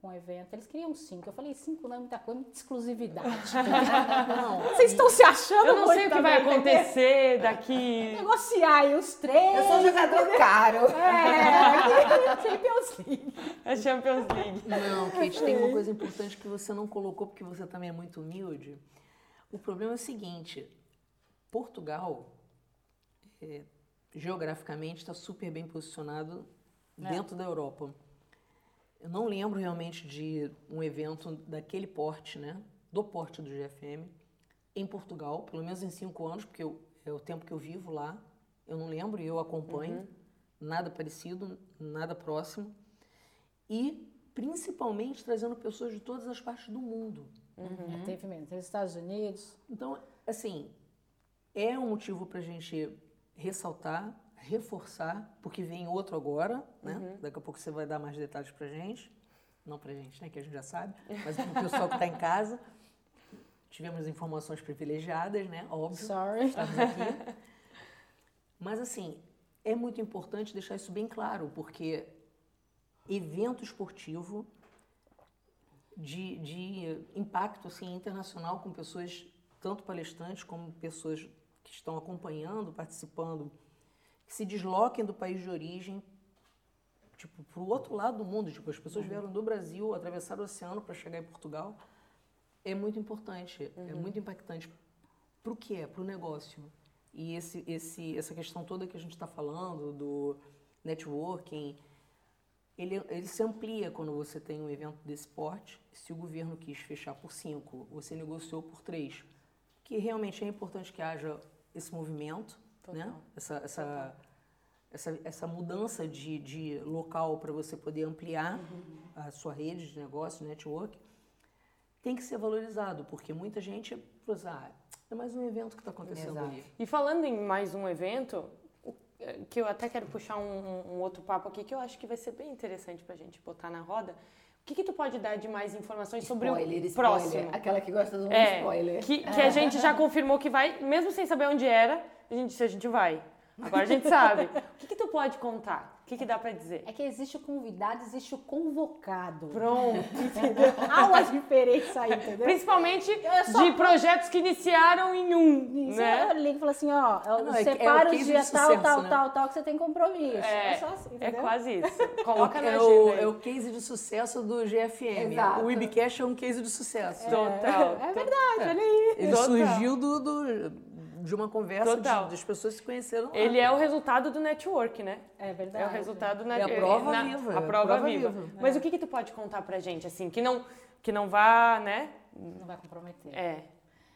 Speaker 4: com um evento. Eles queriam cinco. Eu falei, cinco não é muita coisa, muita exclusividade.
Speaker 3: Não,
Speaker 4: Vocês estão se achando
Speaker 2: Eu não sei
Speaker 4: muito
Speaker 2: o que vai
Speaker 4: também,
Speaker 2: acontecer
Speaker 4: entendeu?
Speaker 2: daqui.
Speaker 4: Negociar aí os três.
Speaker 1: Eu sou um jogador caro.
Speaker 4: É, Champions League.
Speaker 2: A Champions League.
Speaker 3: Não, Kate, tem uma coisa importante que você não colocou porque você também é muito humilde. O problema é o seguinte: Portugal, é, geograficamente, está super bem posicionado dentro da Europa. Eu não lembro realmente de um evento daquele porte, né? Do porte do GFM, em Portugal, pelo menos em cinco anos, porque eu- é o tempo que eu vivo lá. Eu não lembro e eu acompanho. Nada parecido, nada próximo e principalmente trazendo pessoas de todas as partes do mundo.
Speaker 4: É, teve mesmo. Teve Estados Unidos.
Speaker 3: Então, assim, é um motivo para a gente ressaltar, reforçar, porque vem outro agora, né? Daqui a pouco você vai dar mais detalhes para gente. Não para gente, né? Que a gente já sabe, mas para o pessoal que está em casa. Tivemos informações privilegiadas, né? Óbvio.
Speaker 4: Sorry.
Speaker 3: estamos aqui. Mas assim, é muito importante deixar isso bem claro, porque evento esportivo de, de impacto assim, internacional com pessoas, tanto palestrantes como pessoas que estão acompanhando, participando, que se desloquem do país de origem tipo para o outro lado do mundo, tipo as pessoas vieram do Brasil, atravessaram o oceano para chegar em Portugal, é muito importante, é muito impactante para o que é, para o negócio. E esse, esse, essa questão toda que a gente está falando do networking, ele, ele se amplia quando você tem um evento desse porte. Se o governo quis fechar por cinco, você negociou por três, que realmente é importante que haja esse movimento, né? Essa, essa, essa, essa mudança de, de local para você poder ampliar a sua rede de negócio, network tem que ser valorizado, porque muita gente, pô, ah, é mais um evento que está acontecendo
Speaker 1: Exato.
Speaker 3: ali.
Speaker 2: E falando em mais um evento, o- eh, que eu até quero puxar um, um- um outro papo aqui, que eu acho que vai ser bem interessante pra gente botar na roda. O que, que tu pode dar de mais informações sobre
Speaker 4: um
Speaker 1: spoiler,
Speaker 2: o
Speaker 1: spoiler.
Speaker 2: próximo?
Speaker 1: Aquela que gosta do mundo
Speaker 2: É,
Speaker 1: spoiler.
Speaker 2: que, que a gente já confirmou que vai, mesmo sem saber onde era, a gente disse, a gente vai. Agora a gente sabe. O que, que tu pode contar? O que, que dá pra dizer?
Speaker 4: É que existe o convidado, existe o convocado.
Speaker 2: Pronto.
Speaker 4: Há uma diferença aí, entendeu?
Speaker 2: Principalmente
Speaker 4: só
Speaker 2: de projetos que iniciaram em um,
Speaker 4: Você
Speaker 2: né?
Speaker 4: liga e fala assim, ó, eu
Speaker 3: Não, é que- é o
Speaker 4: separa
Speaker 3: case
Speaker 4: os
Speaker 3: de
Speaker 4: dias tal,
Speaker 3: sucesso,
Speaker 4: tal,
Speaker 3: né?
Speaker 4: tal, tal, que você tem compromisso. É,
Speaker 2: É,
Speaker 4: só assim,
Speaker 2: É
Speaker 4: entendeu?
Speaker 2: quase isso. Coloca na
Speaker 3: é,
Speaker 2: agenda.
Speaker 3: o,
Speaker 2: aí.
Speaker 3: é o case de sucesso do GFM.
Speaker 1: Exato.
Speaker 3: O Webcash é um case de sucesso.
Speaker 2: Total.
Speaker 4: É verdade,
Speaker 2: Tá.
Speaker 4: olha aí.
Speaker 3: Ele
Speaker 2: Total.
Speaker 3: surgiu do, do- de uma conversa de,
Speaker 2: Total.
Speaker 3: das pessoas que se conheceram lá.
Speaker 2: Ele é o resultado do network, né?
Speaker 4: É verdade.
Speaker 2: É o resultado na,
Speaker 3: É a prova
Speaker 2: na-
Speaker 3: viva,
Speaker 2: A
Speaker 3: é
Speaker 2: prova,
Speaker 3: a prova
Speaker 2: viva.
Speaker 3: viva. né?
Speaker 2: Mas o que que tu pode contar pra gente, assim, que não, que não vá, né?
Speaker 4: Não vai comprometer.
Speaker 2: É.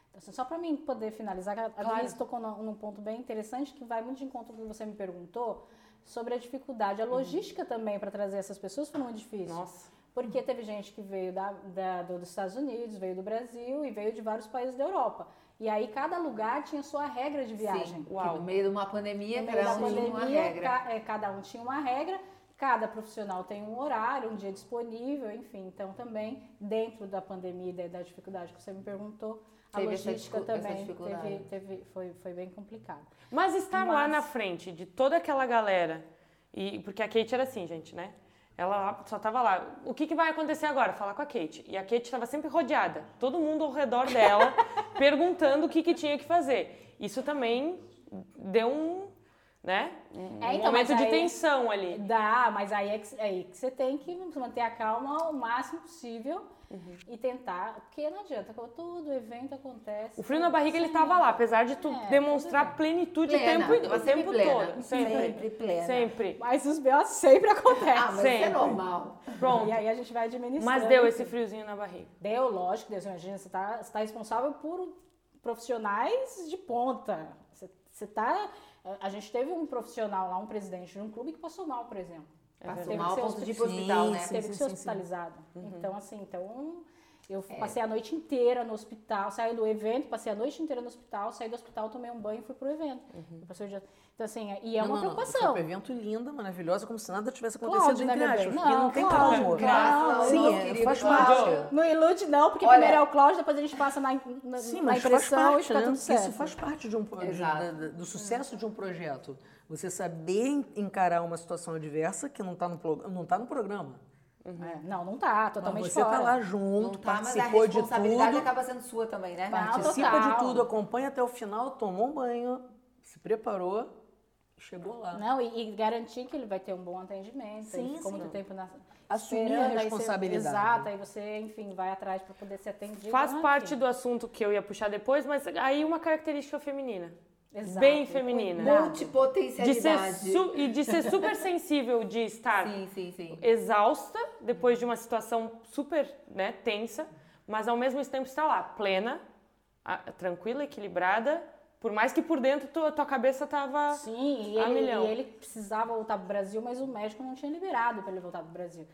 Speaker 4: Então, assim, só para mim poder finalizar, a
Speaker 2: Claro.
Speaker 4: claro. Denise tocou no- num ponto bem interessante que vai muito de encontro com o que você me perguntou sobre a dificuldade. A logística também para trazer essas pessoas foi muito difícil.
Speaker 2: Nossa.
Speaker 4: Porque teve gente que veio da, da- do- dos Estados Unidos, veio do Brasil e veio de vários países da Europa. E aí cada lugar tinha sua regra de viagem.
Speaker 1: Que no
Speaker 2: Uau.
Speaker 1: meio de uma pandemia,
Speaker 4: No meio
Speaker 1: cada
Speaker 4: da
Speaker 1: um tinha uma
Speaker 4: pandemia,
Speaker 1: regra.
Speaker 4: ca- é, cada um tinha uma regra, cada profissional tem um horário, um dia disponível, enfim. Então, também, dentro da pandemia e da- da dificuldade que você me perguntou, a
Speaker 1: Teve essa dificu-
Speaker 4: logística
Speaker 1: essa
Speaker 4: também
Speaker 1: dificuldade.
Speaker 4: teve, teve- foi, foi bem complicado.
Speaker 2: Mas estar lá
Speaker 4: Mas-
Speaker 2: na frente de toda aquela galera, e porque a Kate era assim, gente, né? Ela lá- só tava lá. O que, que vai acontecer agora? Falar com a Kate. E a Kate estava sempre rodeada, todo mundo ao redor dela, perguntando o que, que tinha que fazer. Isso também deu um, né? Um
Speaker 4: É, então,
Speaker 2: momento
Speaker 4: mas
Speaker 2: de
Speaker 4: aí-
Speaker 2: tensão ali.
Speaker 4: Dá, mas aí é que, aí que você tem que manter a calma o máximo possível
Speaker 1: Uhum.
Speaker 4: e tentar, porque não adianta, como todo evento acontece.
Speaker 2: O frio na barriga ele tava lá, apesar de tu
Speaker 4: É,
Speaker 2: demonstrar plenitude
Speaker 1: Plena,
Speaker 2: o tempo, o
Speaker 1: você
Speaker 2: tempo
Speaker 1: me plena,
Speaker 2: todo.
Speaker 1: sempre plena.
Speaker 2: Sempre.
Speaker 4: Mas os B.O. sempre acontecem.
Speaker 1: Ah, mas isso é
Speaker 2: Sempre.
Speaker 1: normal.
Speaker 2: Pronto.
Speaker 4: e aí a gente vai administrando.
Speaker 2: Mas deu esse friozinho na barriga.
Speaker 4: Deu, lógico, Deus, imagina, você está tá, responsável por profissionais de ponta. Você- Você tá. A gente teve um profissional lá, um presidente de um clube que passou mal, por exemplo.
Speaker 1: Passou
Speaker 4: verdade.
Speaker 1: mal
Speaker 4: Tem que ser
Speaker 1: um ponto de ir pro
Speaker 3: hospital.
Speaker 1: hospital,
Speaker 3: Sim,
Speaker 1: né?
Speaker 3: sim. Uhum. É.
Speaker 4: teve que ser hospitalizado. Então, assim, então eu passei a noite inteira no hospital, saí do evento, passei a noite inteira no hospital, saí do hospital, tomei um banho e fui pro evento. Eu passei o dia- Então, assim, e é uma
Speaker 3: Uhum. Não, não, não.
Speaker 4: preocupação.
Speaker 3: Foi um evento linda, maravilhosa, como se nada tivesse acontecido
Speaker 4: Cláudio, né,
Speaker 3: entre
Speaker 4: bebê?
Speaker 3: aspas. Porque não tem
Speaker 4: Cláudio,
Speaker 3: como.
Speaker 4: Cláudio.
Speaker 1: Graças a
Speaker 3: Sim,
Speaker 1: Deus,
Speaker 3: é,
Speaker 1: querido
Speaker 3: faz
Speaker 1: Cláudio.
Speaker 3: parte.
Speaker 4: Não ilude, não, porque
Speaker 1: Olha-
Speaker 4: primeiro é o Cláudio, depois a gente passa na, na,
Speaker 3: Sim,
Speaker 4: na
Speaker 3: mas faz
Speaker 4: impressão
Speaker 3: parte,
Speaker 4: e tá
Speaker 3: né?
Speaker 4: tudo certo.
Speaker 3: Isso faz parte de um, pro- de-
Speaker 1: Exato.
Speaker 3: da- da- do sucesso de um projeto. Você saber en- encarar uma situação adversa que não está no, pro- não tá no programa.
Speaker 4: É, não, não tá, totalmente
Speaker 3: mas você
Speaker 4: fora.
Speaker 3: está lá
Speaker 1: Não
Speaker 3: junto,
Speaker 1: tá, mas a
Speaker 3: participou de
Speaker 1: responsabilidade
Speaker 3: tudo,
Speaker 1: acaba sendo sua também, né?
Speaker 4: Tá.
Speaker 3: participa
Speaker 4: total.
Speaker 3: de tudo, acompanha até o final, tomou um banho, se preparou, chegou lá.
Speaker 4: Não, e, e garantir que ele vai ter um bom atendimento.
Speaker 3: Sim,
Speaker 4: ele ficou
Speaker 3: sim.
Speaker 4: muito tempo na.
Speaker 3: Assumir a
Speaker 4: esperando, aí você-
Speaker 3: responsabilidade.
Speaker 4: Exato, aí você, enfim, vai atrás para poder ser atendido.
Speaker 2: Faz
Speaker 4: Ah,
Speaker 2: parte
Speaker 4: enfim.
Speaker 2: do assunto que eu ia puxar depois, mas aí uma característica feminina.
Speaker 4: Exato.
Speaker 2: Bem feminina.
Speaker 4: Cuidado.
Speaker 2: De ser
Speaker 1: Multipotencialidade.
Speaker 2: su- e de ser super sensível, de estar
Speaker 1: Sim, sim, sim.
Speaker 2: exausta depois de uma situação super né, tensa, mas ao mesmo tempo estar lá, plena, a- tranquila, equilibrada, por mais que por dentro tua, tua cabeça tava.
Speaker 4: Sim, e
Speaker 2: A
Speaker 4: ele,
Speaker 2: milhão.
Speaker 4: e ele precisava voltar pro Brasil, mas o médico não tinha liberado para ele voltar pro Brasil.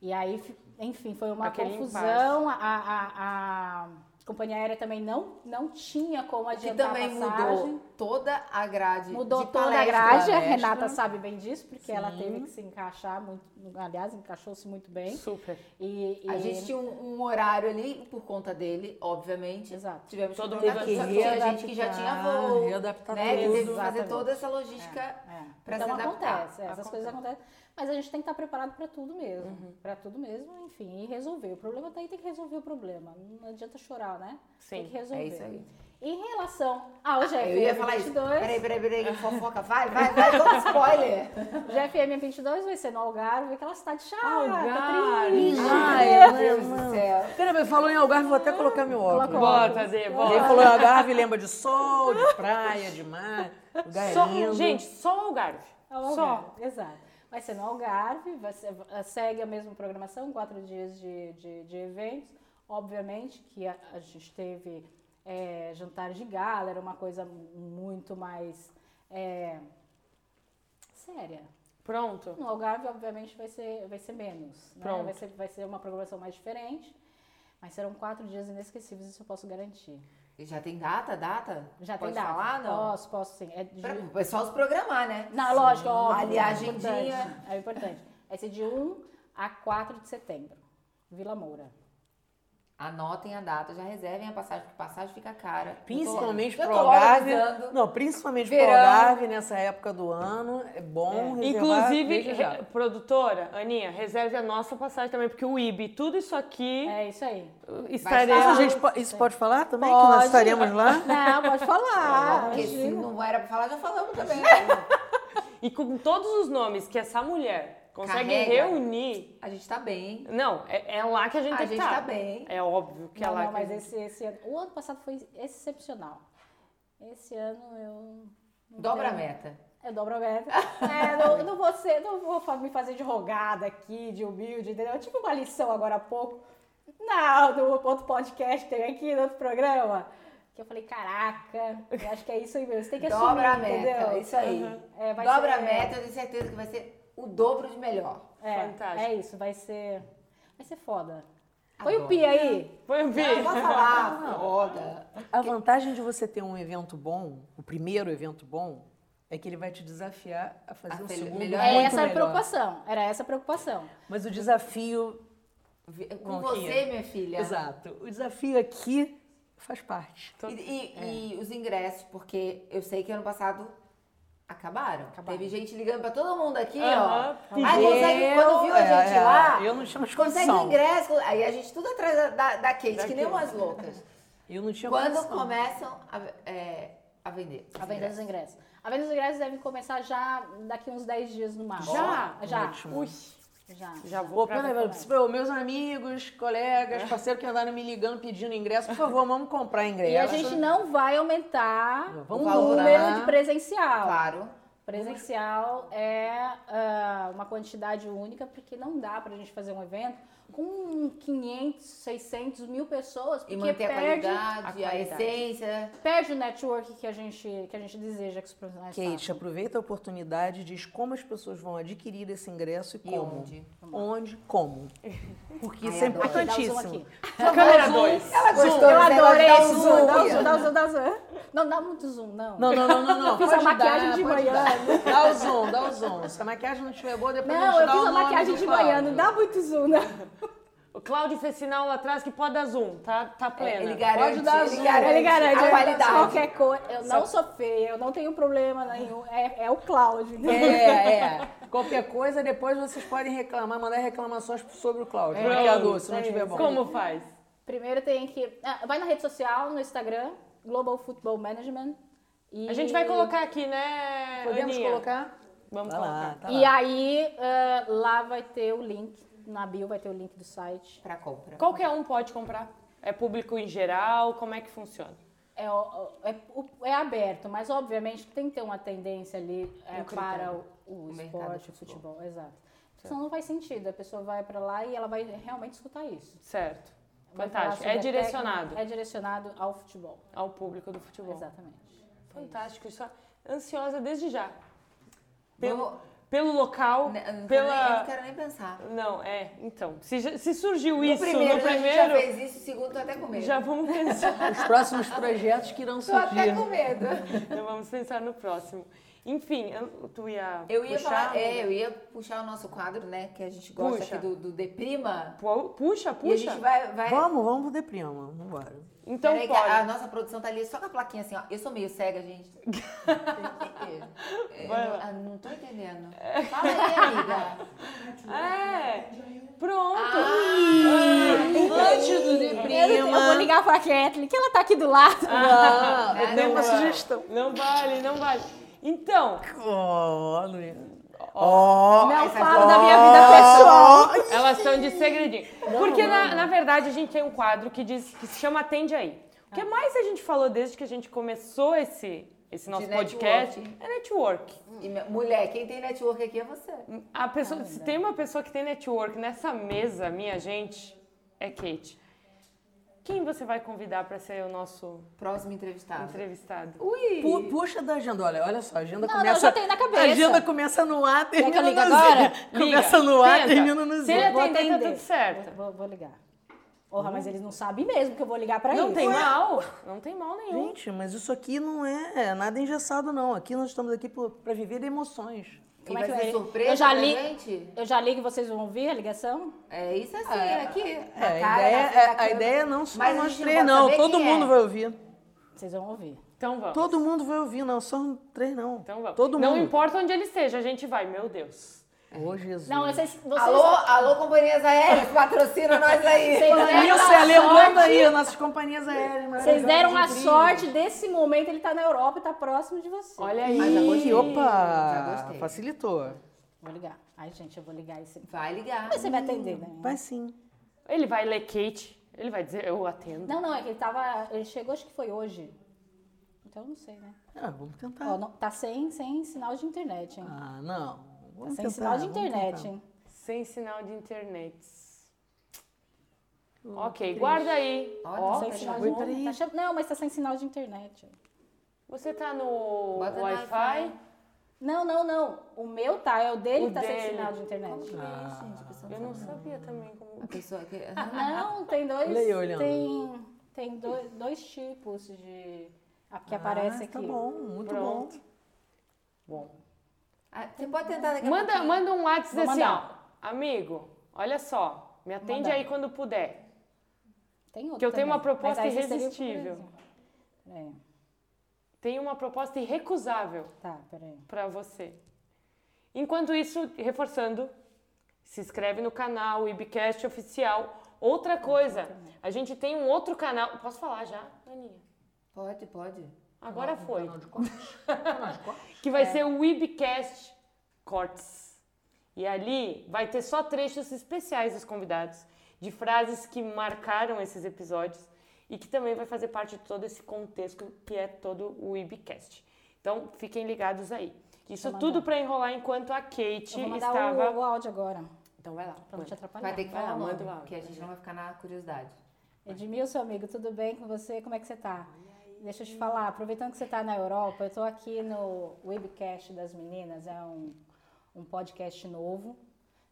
Speaker 4: E aí, fi- enfim, foi uma
Speaker 2: Aquele
Speaker 4: confusão. A, a- a- a companhia aérea também não, não tinha como
Speaker 1: Que
Speaker 4: adiantar
Speaker 1: também
Speaker 4: a passagem.
Speaker 1: mudou toda a grade
Speaker 4: Mudou
Speaker 1: de
Speaker 4: toda a
Speaker 1: palestra. né?
Speaker 4: grade, a
Speaker 3: palestra.
Speaker 1: é.
Speaker 4: Renata sabe bem disso, porque ela
Speaker 3: Sim.
Speaker 4: teve que se encaixar muito, aliás, encaixou-se muito bem.
Speaker 2: Super.
Speaker 4: E, e-
Speaker 1: A gente tinha um, um horário ali por conta dele, obviamente.
Speaker 4: Exato.
Speaker 1: Tivemos
Speaker 2: Todo
Speaker 1: que
Speaker 2: mundo
Speaker 1: mudar
Speaker 2: teve
Speaker 1: tudo,
Speaker 2: que
Speaker 1: tinha gente que já
Speaker 3: readaptar,
Speaker 1: tinha voo,
Speaker 3: readaptar
Speaker 1: né? Que
Speaker 3: tudo.
Speaker 1: teve que fazer
Speaker 4: Exatamente.
Speaker 1: toda essa logística.
Speaker 4: É.
Speaker 1: pra se
Speaker 4: então
Speaker 1: adaptar.
Speaker 4: acontece, é, essas
Speaker 2: Acontece.
Speaker 4: coisas acontecem. Mas a gente tem que estar preparado para tudo mesmo.
Speaker 1: Uhum.
Speaker 4: Para tudo mesmo, enfim, e resolver. O problema tá aí, tem que resolver o problema. Não adianta chorar, né?
Speaker 2: Sim,
Speaker 4: Tem que resolver.
Speaker 1: É isso aí. Ah,
Speaker 4: Em relação ao GFM
Speaker 1: Eu ia falar isso.
Speaker 4: 22,
Speaker 1: Peraí, peraí, peraí, fofoca, vai, vai, vai, todo spoiler.
Speaker 4: GFM 22 vai ser no Algarve, aquela cidade chata,
Speaker 2: Algarve.
Speaker 4: triste.
Speaker 3: Ai,
Speaker 1: Meu
Speaker 3: né,
Speaker 1: Deus
Speaker 3: mano?
Speaker 1: do céu.
Speaker 3: Peraí, falou em Algarve, vou até colocar meu óculos.
Speaker 4: Coloca
Speaker 2: Bota, Dê,
Speaker 3: Ele
Speaker 2: bota.
Speaker 3: falou em Algarve, lembra de sol, de praia, de mar, lugar
Speaker 4: um
Speaker 3: é
Speaker 2: Só,
Speaker 3: lindo.
Speaker 2: gente, só o Algarve.
Speaker 4: Ao É um Algarve,
Speaker 2: Só.
Speaker 4: Exato. Vai ser no Algarve, vai ser- eh, segue a mesma programação, quatro dias de, de, de eventos. Obviamente que a, a gente teve eh, jantar de gala, era uma coisa muito mais eh, séria.
Speaker 2: Pronto.
Speaker 4: No Algarve, obviamente, vai ser, vai ser menos. né?
Speaker 2: Pronto.
Speaker 4: Vai, ser, vai ser uma programação mais diferente, mas serão quatro dias inesquecíveis, isso eu posso garantir.
Speaker 1: E Já tem data, data?
Speaker 4: Já
Speaker 1: Pode
Speaker 4: tem data?
Speaker 1: falar, não?
Speaker 4: Posso, posso sim. É de
Speaker 1: Pra, o pessoal se programar, né?
Speaker 4: Não, lógico, óbvio.
Speaker 1: Ali a agendinha.
Speaker 4: É importante, é importante. Vai ser de 1 a 4 de setembro. Vila Moura.
Speaker 1: Anotem a data, já reservem a passagem, porque passagem fica cara.
Speaker 3: Principalmente
Speaker 1: Eu tô-
Speaker 3: pro
Speaker 1: eu tô logo
Speaker 3: Algarve.
Speaker 1: avisando.
Speaker 3: Não, principalmente pro
Speaker 1: Verão.
Speaker 3: Algarve nessa época do ano. É bom reservar
Speaker 2: Inclusive, é,
Speaker 3: desde já.
Speaker 2: re- produtora, Aninha, reserve a nossa passagem também, porque o IB, tudo isso aqui uh,
Speaker 4: É isso aí.
Speaker 2: estaremos.
Speaker 1: estar
Speaker 3: Isso,
Speaker 2: é.
Speaker 1: lá.
Speaker 3: a gente, po- isso pode falar também? é Que nós
Speaker 4: Pode.
Speaker 3: estaremos lá?
Speaker 4: Não, pode falar.
Speaker 1: Porque se
Speaker 4: imagina.
Speaker 1: não era pra falar, já falamos também. né?
Speaker 2: E com todos os nomes que essa mulher consegue
Speaker 1: Carrega.
Speaker 2: reunir.
Speaker 1: a gente tá bem.
Speaker 2: Não, é, é lá que a gente
Speaker 1: A
Speaker 2: tem que
Speaker 1: gente
Speaker 2: tá.
Speaker 1: tá bem.
Speaker 2: É óbvio que é
Speaker 4: Não,
Speaker 2: lá
Speaker 4: não,
Speaker 2: que a
Speaker 4: mas
Speaker 2: gente-
Speaker 4: esse, esse ano. O ano passado foi excepcional. Esse ano eu. não
Speaker 1: Dobra a
Speaker 4: tenho-
Speaker 1: meta.
Speaker 4: Eu dobro a meta. É, não, não, vou ser- não vou fa- me fazer de rogada aqui, de humilde, entendeu? Tipo uma lição agora há pouco. Não, do outro podcast que teve aqui, no outro programa. Que eu falei, caraca, eu acho que é isso aí mesmo. Você tem que assumir,
Speaker 1: Dobra a meta,
Speaker 4: entendeu?
Speaker 1: isso aí.
Speaker 4: É, vai
Speaker 1: Dobra
Speaker 4: ser-
Speaker 1: a meta, eu tenho certeza que vai ser o dobro de melhor.
Speaker 4: É,
Speaker 2: Fantástico.
Speaker 4: é isso, vai ser... Vai ser foda. Foi o
Speaker 1: Adoro.
Speaker 4: Pi aí.
Speaker 2: Foi o
Speaker 1: Não,
Speaker 2: Bi.
Speaker 1: vou falar, foda.
Speaker 3: A vantagem de você ter um evento bom, o primeiro evento bom, é que ele vai te desafiar a fazer
Speaker 1: A
Speaker 3: um
Speaker 1: fel-
Speaker 3: segundo
Speaker 1: melhor.
Speaker 3: melhor.
Speaker 1: É,
Speaker 4: É,
Speaker 3: muito
Speaker 4: essa era a
Speaker 3: melhor.
Speaker 4: preocupação. Era essa a preocupação.
Speaker 3: Mas o desafio,
Speaker 1: Vi- Com
Speaker 3: Bom,
Speaker 1: você,
Speaker 3: Kia.
Speaker 1: minha filha.
Speaker 3: exato, o desafio aqui faz parte.
Speaker 1: E, e- e os ingressos, porque eu sei que ano passado acabaram. Teve gente ligando pra todo mundo aqui,
Speaker 2: Aham,
Speaker 1: ó. Aí
Speaker 3: pediu.
Speaker 1: consegue, quando viu a
Speaker 3: É,
Speaker 1: gente
Speaker 3: é,
Speaker 1: lá,
Speaker 3: eu não tinha mais
Speaker 1: consegue o
Speaker 3: condição.
Speaker 1: ingresso. Aí a gente tudo atrás da, da, da Kate, que nem umas loucas.
Speaker 3: Eu não tinha
Speaker 1: Quando
Speaker 3: condição.
Speaker 1: começam a, é, a vender.
Speaker 4: A venda dos ingressos. A venda dos ingressos deve começar já daqui uns 10 dias no máximo.
Speaker 2: Já?
Speaker 4: Já.
Speaker 3: Ótimo.
Speaker 2: Ui,
Speaker 4: Já.
Speaker 2: já vou
Speaker 3: Pô,
Speaker 2: pra...
Speaker 3: peraí, peraí, meus amigos,
Speaker 1: É.
Speaker 3: colegas, parceiros que andaram me ligando pedindo ingresso, por favor, vamos comprar ingresso.
Speaker 4: E a gente não vai aumentar
Speaker 3: Vamos
Speaker 4: o
Speaker 1: valorar. Tá.
Speaker 4: número de presencial.
Speaker 1: Claro.
Speaker 4: Presencial é ah, uma quantidade única, porque não dá pra gente fazer um evento com 500, 600 mil pessoas, porque
Speaker 1: E manter a qualidade,
Speaker 4: perde,
Speaker 1: a,
Speaker 2: a qualidade.
Speaker 1: essência.
Speaker 4: perde o network que a gente, que a gente deseja que os profissionais
Speaker 1: é
Speaker 4: façam.
Speaker 3: Kate, aproveita a oportunidade e diz como as pessoas vão adquirir esse ingresso e
Speaker 1: E
Speaker 3: como.
Speaker 1: onde?
Speaker 3: Onde, como. Porque
Speaker 1: Ai,
Speaker 3: isso é
Speaker 1: adoro. um
Speaker 4: Aqui, dá o um zoom
Speaker 3: importantíssimo.
Speaker 4: aqui.
Speaker 2: Câmera 2.
Speaker 1: Ela
Speaker 3: gostou,
Speaker 1: eu
Speaker 3: né? Ela
Speaker 1: adorei
Speaker 3: dá um
Speaker 1: esse
Speaker 3: zoom, dá um
Speaker 1: zoom.
Speaker 3: zoom.
Speaker 4: Dá o zoom, dá o zoom. Não dá muito zoom, não.
Speaker 3: Não, não, não, não, não.
Speaker 4: Fiz a
Speaker 3: Pode
Speaker 4: maquiagem
Speaker 3: dar,
Speaker 4: de
Speaker 3: pode
Speaker 4: manhã.
Speaker 3: dar. Dá o zoom, dá o zoom. Se a maquiagem não estiver boa, depois a
Speaker 4: Não,
Speaker 3: gente
Speaker 4: eu
Speaker 3: dá
Speaker 4: fiz
Speaker 3: o
Speaker 4: a
Speaker 3: nome
Speaker 4: maquiagem
Speaker 3: do
Speaker 4: de
Speaker 3: quadro.
Speaker 4: manhã, não dá muito zoom, né?
Speaker 2: O Cláudio fez sinal lá atrás que pode dar zoom, tá, tá plena.
Speaker 1: Ele garante,
Speaker 3: dar
Speaker 1: ele
Speaker 3: zoom.
Speaker 1: garante,
Speaker 4: Ele garante
Speaker 1: a qualidade.
Speaker 4: Qualquer coisa. Eu não sou feia, eu não tenho problema nenhum. É, é o né? Cláudio. entendeu?
Speaker 3: É, é. Qualquer coisa, depois vocês podem reclamar, mandar reclamações sobre o Cláudio.
Speaker 2: Pronto,
Speaker 3: Maquiador, se não
Speaker 2: é
Speaker 3: estiver
Speaker 2: isso.
Speaker 3: bom.
Speaker 2: Como faz?
Speaker 4: Primeiro tem que. ah, vai na rede social, no Instagram, Global Football Management. e-
Speaker 2: A gente vai colocar aqui, né,
Speaker 3: Podemos
Speaker 2: Aninha?
Speaker 3: colocar?
Speaker 2: Vamos
Speaker 3: Vai lá,
Speaker 2: colocar.
Speaker 3: tá
Speaker 4: E
Speaker 3: lá.
Speaker 4: aí, ah, lá vai ter o link. Na bio vai ter o link do site.
Speaker 1: Pra compra.
Speaker 2: Qualquer um pode comprar? É público em geral? Como é que funciona?
Speaker 4: É, o- é, o- é aberto, mas obviamente tem que ter uma tendência ali é,
Speaker 1: Um critério.
Speaker 4: para o, o
Speaker 1: O mercado
Speaker 4: esporte,
Speaker 1: de
Speaker 4: o futebol. Exato. Senão não faz sentido. A pessoa vai para lá e ela vai realmente escutar isso.
Speaker 2: Certo.
Speaker 4: Vai falar
Speaker 2: Fantástico.
Speaker 4: sobre
Speaker 2: É
Speaker 4: a
Speaker 2: direcionado
Speaker 4: técnica, É direcionado ao futebol.
Speaker 2: ao público do futebol.
Speaker 4: Exatamente.
Speaker 2: Fantástico. Isso. Ansiosa desde já. Pelo,
Speaker 1: Vamos-
Speaker 2: pelo local,
Speaker 1: Ne- Né, eu não quero nem- eu
Speaker 2: pela...
Speaker 1: não quero nem pensar.
Speaker 2: Não, é, então. Se, já- se surgiu
Speaker 1: No
Speaker 2: isso
Speaker 1: primeiro, né,
Speaker 2: no
Speaker 1: a gente já
Speaker 2: primeiro,
Speaker 1: fez isso, o segundo tô até com medo.
Speaker 2: já vamos pensar.
Speaker 3: Os próximos projetos que irão
Speaker 1: Tô até
Speaker 3: surgir.
Speaker 1: com medo.
Speaker 2: Então vamos pensar no próximo. Enfim, eu- tu ia
Speaker 1: Eu ia,
Speaker 2: puxar?
Speaker 1: falar, é, eu ia puxar o nosso quadro, né? Que a gente gosta
Speaker 2: Puxa.
Speaker 1: aqui do, do Deprima.
Speaker 2: Pu- Puxa,
Speaker 1: E a
Speaker 2: puxa.
Speaker 1: gente vai. vai...
Speaker 3: Vamos, vamos pro Deprima, vambora.
Speaker 2: Então
Speaker 1: Peraí que
Speaker 2: pode.
Speaker 1: a, a nossa produção tá ali só com a plaquinha assim, ó. Eu sou meio cega, gente. Eu
Speaker 2: Vai
Speaker 1: não,
Speaker 2: lá.
Speaker 1: ah, não tô entendendo. Fala aí, amiga.
Speaker 2: É. Pronto.
Speaker 1: Ah,
Speaker 3: Antes do
Speaker 4: Eu vou
Speaker 3: Deprima.
Speaker 4: ligar pra Kathleen, que ela tá aqui do lado.
Speaker 3: Ah, eu
Speaker 1: Ah,
Speaker 3: tenho
Speaker 1: não,
Speaker 3: uma
Speaker 1: não.
Speaker 3: sugestão.
Speaker 2: Não vale, não vale. Então,
Speaker 3: Ó, Luísa. Ó.
Speaker 4: não
Speaker 1: essa
Speaker 4: falo da minha vida pessoal.
Speaker 2: elas são de segredinho. Porque, na, na verdade, a gente tem um quadro que diz que se chama Atende Aí. O
Speaker 3: Ah.
Speaker 2: que mais a gente falou desde que a gente começou esse, esse nosso podcast
Speaker 1: networking.
Speaker 2: é network.
Speaker 1: E me- mulher, quem tem network aqui é você.
Speaker 2: A pessoa, se tem uma pessoa que tem network nessa mesa, minha gente, é Kate. Quem você vai convidar para ser o nosso
Speaker 1: Próximo entrevistado.
Speaker 2: entrevistado?
Speaker 1: Ui!
Speaker 3: Pu- Puxa da agenda, olha, olha só, a agenda
Speaker 4: Não, não,
Speaker 3: começa.
Speaker 4: eu já tenho na cabeça.
Speaker 3: A agenda começa no A,
Speaker 4: que eu
Speaker 3: termina no Z.
Speaker 4: ligue agora?
Speaker 3: Começa no A,
Speaker 2: tenta.
Speaker 3: termina no
Speaker 2: Se ele
Speaker 3: Z.
Speaker 4: Vou
Speaker 2: atender, tá
Speaker 4: atender.
Speaker 2: tudo certo. Hum?
Speaker 4: Vou, vou ligar. Porra, mas eles não sabem mesmo que eu vou ligar pra
Speaker 2: Não
Speaker 4: eles.
Speaker 2: tem mal, não tem mal nenhum.
Speaker 3: Gente, mas isso aqui não é nada engessado, não. Aqui nós estamos aqui pro- pra viver de emoções.
Speaker 1: E
Speaker 4: Como é
Speaker 1: vai
Speaker 4: que vai?
Speaker 1: ser surpresa
Speaker 4: Eu já
Speaker 1: pra
Speaker 4: li-
Speaker 1: gente?
Speaker 4: Eu já ligo e vocês vão ouvir a ligação?
Speaker 1: É isso assim, aqui. na
Speaker 3: É, a,
Speaker 1: cara,
Speaker 3: ideia,
Speaker 1: na frente
Speaker 3: é-
Speaker 1: da
Speaker 3: a
Speaker 1: câmera.
Speaker 3: ideia é não só
Speaker 1: Mas a
Speaker 3: nós
Speaker 1: gente
Speaker 3: três,
Speaker 1: pode
Speaker 3: não.
Speaker 1: saber
Speaker 3: Todo
Speaker 1: quem é.
Speaker 3: mundo vai ouvir.
Speaker 4: Vocês vão ouvir.
Speaker 2: Então vamos.
Speaker 3: Todo mundo vai ouvir, não. Só três, não.
Speaker 2: Então vamos.
Speaker 3: Todo
Speaker 2: não
Speaker 3: mundo.
Speaker 2: importa onde ele esteja, a gente vai, meu Deus.
Speaker 3: Ô, Jesus.
Speaker 4: Não, vocês. vocês
Speaker 1: Alô, alô, companhias aéreas, patrocina nós aí.
Speaker 4: Vocês deram
Speaker 3: Nilce,
Speaker 4: a
Speaker 3: é lembrando
Speaker 4: sorte-
Speaker 3: aí, nossas companhias aéreas.
Speaker 4: Vocês deram a sorte desse momento, ele tá na Europa e tá próximo de vocês.
Speaker 2: Olha
Speaker 1: Mas
Speaker 2: aí.
Speaker 1: agora-
Speaker 3: E
Speaker 1: Já
Speaker 3: opa,
Speaker 1: gostei.
Speaker 3: facilitou.
Speaker 4: Vou ligar. Ai, gente, eu vou ligar esse.
Speaker 1: Vai ligar.
Speaker 4: Mas você vai atender, né?
Speaker 3: Vai sim.
Speaker 2: Ele vai ler Kate, ele vai dizer, eu atendo.
Speaker 4: Não, não, é que ele tava. Ele chegou, acho que foi hoje. Então não sei, né?
Speaker 3: Ah, vamos tentar.
Speaker 4: Ó, não- tá sem, sem sinal de internet, hein?
Speaker 3: Ah, não.
Speaker 4: tá
Speaker 3: Vamos
Speaker 4: sem
Speaker 3: tentar,
Speaker 4: sinal de
Speaker 3: vamos
Speaker 4: internet,
Speaker 3: tentar.
Speaker 4: hein?
Speaker 2: Sem sinal de internet.
Speaker 4: Hum,
Speaker 2: ok, guarda aí.
Speaker 1: Olha,
Speaker 2: Ó, tá
Speaker 1: sem
Speaker 4: sem sinal de
Speaker 3: Oi, peraí.
Speaker 4: internet. Não, mas tá sem sinal de internet.
Speaker 2: você tá no
Speaker 1: Bota no
Speaker 2: Wi-Fi?
Speaker 4: Não, não, não. O meu tá, é o dele
Speaker 2: O
Speaker 4: que tá sem
Speaker 2: dele.
Speaker 4: sinal de
Speaker 1: Como que
Speaker 4: internet.
Speaker 1: é isso, gente? A pessoa
Speaker 2: Eu não
Speaker 1: sabe.
Speaker 2: sabia também como.
Speaker 1: A pessoa que... Ah,
Speaker 4: Não, tem dois.
Speaker 3: Leia, Juliana.
Speaker 4: tem tem dois, dois tipos de. a- que aparece
Speaker 3: Ah,
Speaker 4: aqui.
Speaker 3: Tá bom, muito
Speaker 2: Pronto.
Speaker 3: bom.
Speaker 2: Bom.
Speaker 1: Ah, você pode tentar daqui a
Speaker 2: Manda,
Speaker 1: pouquinho.
Speaker 2: manda um WhatsApp
Speaker 4: Vou
Speaker 2: assim, ó.
Speaker 4: mandar.
Speaker 2: Amigo, olha só. Me atende
Speaker 4: mandar.
Speaker 2: aí quando puder.
Speaker 4: Tem outro
Speaker 2: Que eu tenho
Speaker 4: também,
Speaker 2: uma proposta
Speaker 4: mas aí vocês teriam que
Speaker 2: irresistível.
Speaker 4: fazer. É,
Speaker 2: Tem uma proposta irrecusável.
Speaker 4: tá, peraí.
Speaker 2: para você. Enquanto isso, reforçando, se inscreve no canal Ibcast Oficial. Outra coisa, a gente tem um outro canal. Posso falar já, Aninha?
Speaker 1: Pode, pode.
Speaker 2: Agora foi.
Speaker 3: Canal de corte?
Speaker 2: Que
Speaker 4: É.
Speaker 2: vai ser o Ibcast Cortes. E ali vai ter só trechos especiais dos convidados, de frases que marcaram esses episódios e que também vai fazer parte de todo esse contexto que é todo o Ibcast. Então, fiquem ligados aí. Isso
Speaker 4: mandar.
Speaker 2: tudo pra enrolar enquanto a Kate
Speaker 4: Eu vou mandar
Speaker 2: estava.
Speaker 4: o, o áudio agora,
Speaker 2: Então vai lá.
Speaker 4: pra não te
Speaker 2: manda.
Speaker 4: atrapalhar.
Speaker 1: Vai ter que
Speaker 2: Vai lá,
Speaker 1: falar o
Speaker 2: manda o
Speaker 1: nome,
Speaker 2: áudio.
Speaker 1: porque a gente não vai ficar na curiosidade.
Speaker 4: Edmilson, amigo, tudo bem com você? Como é que você tá? Deixa eu te falar, aproveitando que você está na Europa, eu estou aqui no Webcast das Meninas, é um, um podcast novo.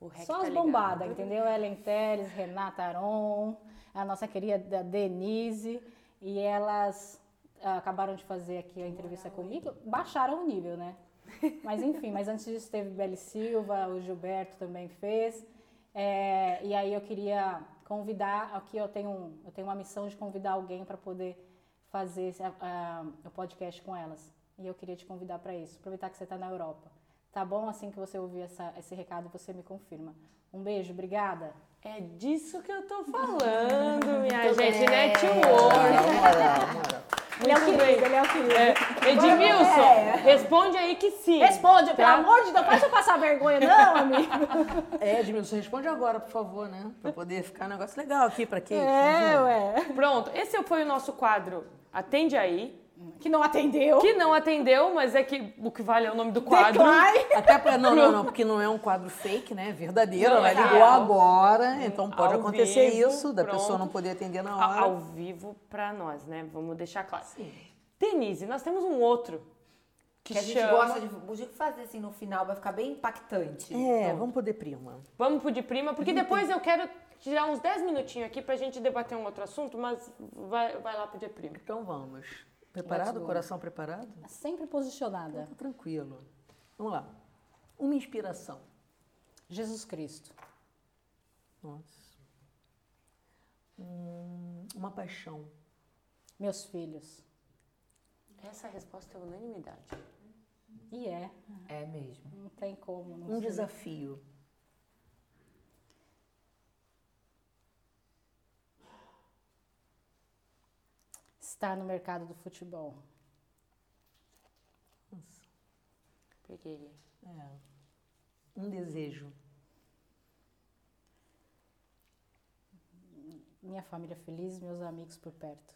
Speaker 2: O rec
Speaker 4: Só
Speaker 2: tá
Speaker 4: as
Speaker 2: ligado.
Speaker 4: bombadas, entendeu? Ellen Teles, Renata Aron, a nossa querida Denise, e elas ah, acabaram de fazer aqui a entrevista comigo, baixaram o nível, né? Mas enfim, mas antes disso teve Beli Silva, o Gilberto também fez. É, e aí eu queria convidar, aqui eu tenho, um- eu tenho uma missão de convidar alguém para poder fazer esse, ah, ah, o podcast com elas. E eu queria te convidar para isso, aproveitar que você está na Europa. Tá bom? Assim que você ouvir essa- esse recado, você me confirma. Um beijo, obrigada.
Speaker 2: É disso que eu tô falando, minha
Speaker 1: Muito
Speaker 2: gente. né? um
Speaker 1: bem.
Speaker 2: Network.
Speaker 4: Ele é o
Speaker 2: Muito
Speaker 4: querido,
Speaker 2: bem.
Speaker 4: ele é o querido.
Speaker 2: É, Edmilson, responde aí que sim.
Speaker 4: Responde, pelo
Speaker 2: Tá.
Speaker 4: amor de Deus, faz eu passar vergonha, não, amigo.
Speaker 3: É, Edmilson, responde agora, por favor, né? Pra poder ficar um negócio legal aqui pra Kate.
Speaker 4: É, ué.
Speaker 2: Pronto, esse foi o nosso quadro Atende Aí,
Speaker 4: Que não atendeu.
Speaker 2: que não atendeu, mas é que o que vale é o nome do quadro.
Speaker 4: Decline.
Speaker 3: Até pra... Não, não, não, porque não é um quadro fake, né? Verdadeiro.
Speaker 2: Não,
Speaker 3: ela
Speaker 2: é
Speaker 3: ligou
Speaker 2: real.
Speaker 4: Hum,
Speaker 3: agora, então pode
Speaker 2: Ao
Speaker 3: acontecer
Speaker 2: vivo,
Speaker 3: isso, da
Speaker 2: pronto.
Speaker 3: pessoa não poder atender na
Speaker 2: A-
Speaker 3: hora.
Speaker 2: Ao vivo pra nós, né? Vamos deixar claro. Denise, nós temos um outro que,
Speaker 1: Que a gente
Speaker 2: chama...
Speaker 1: gosta de, de fazer assim no final, vai ficar bem impactante.
Speaker 3: É, vamos poder prima.
Speaker 2: Vamos pro de prima, porque depois eu quero tirar uns 10 minutinhos aqui pra gente debater um outro assunto, mas vai, vai lá pro de prima.
Speaker 3: Então vamos. Preparado? Coração preparado?
Speaker 4: Sempre posicionada.
Speaker 3: Tá tranquilo. Vamos lá. Uma inspiração.
Speaker 4: Jesus Cristo.
Speaker 3: Nossa. Hum, uma paixão.
Speaker 4: Meus filhos.
Speaker 2: Essa resposta é unanimidade.
Speaker 4: E é.
Speaker 1: É mesmo.
Speaker 4: Não tem como. Não
Speaker 3: Um
Speaker 4: ser.
Speaker 3: desafio.
Speaker 4: Estar no mercado do futebol.
Speaker 2: Peguei.
Speaker 3: É. Um desejo.
Speaker 4: Minha família feliz, meus amigos por perto.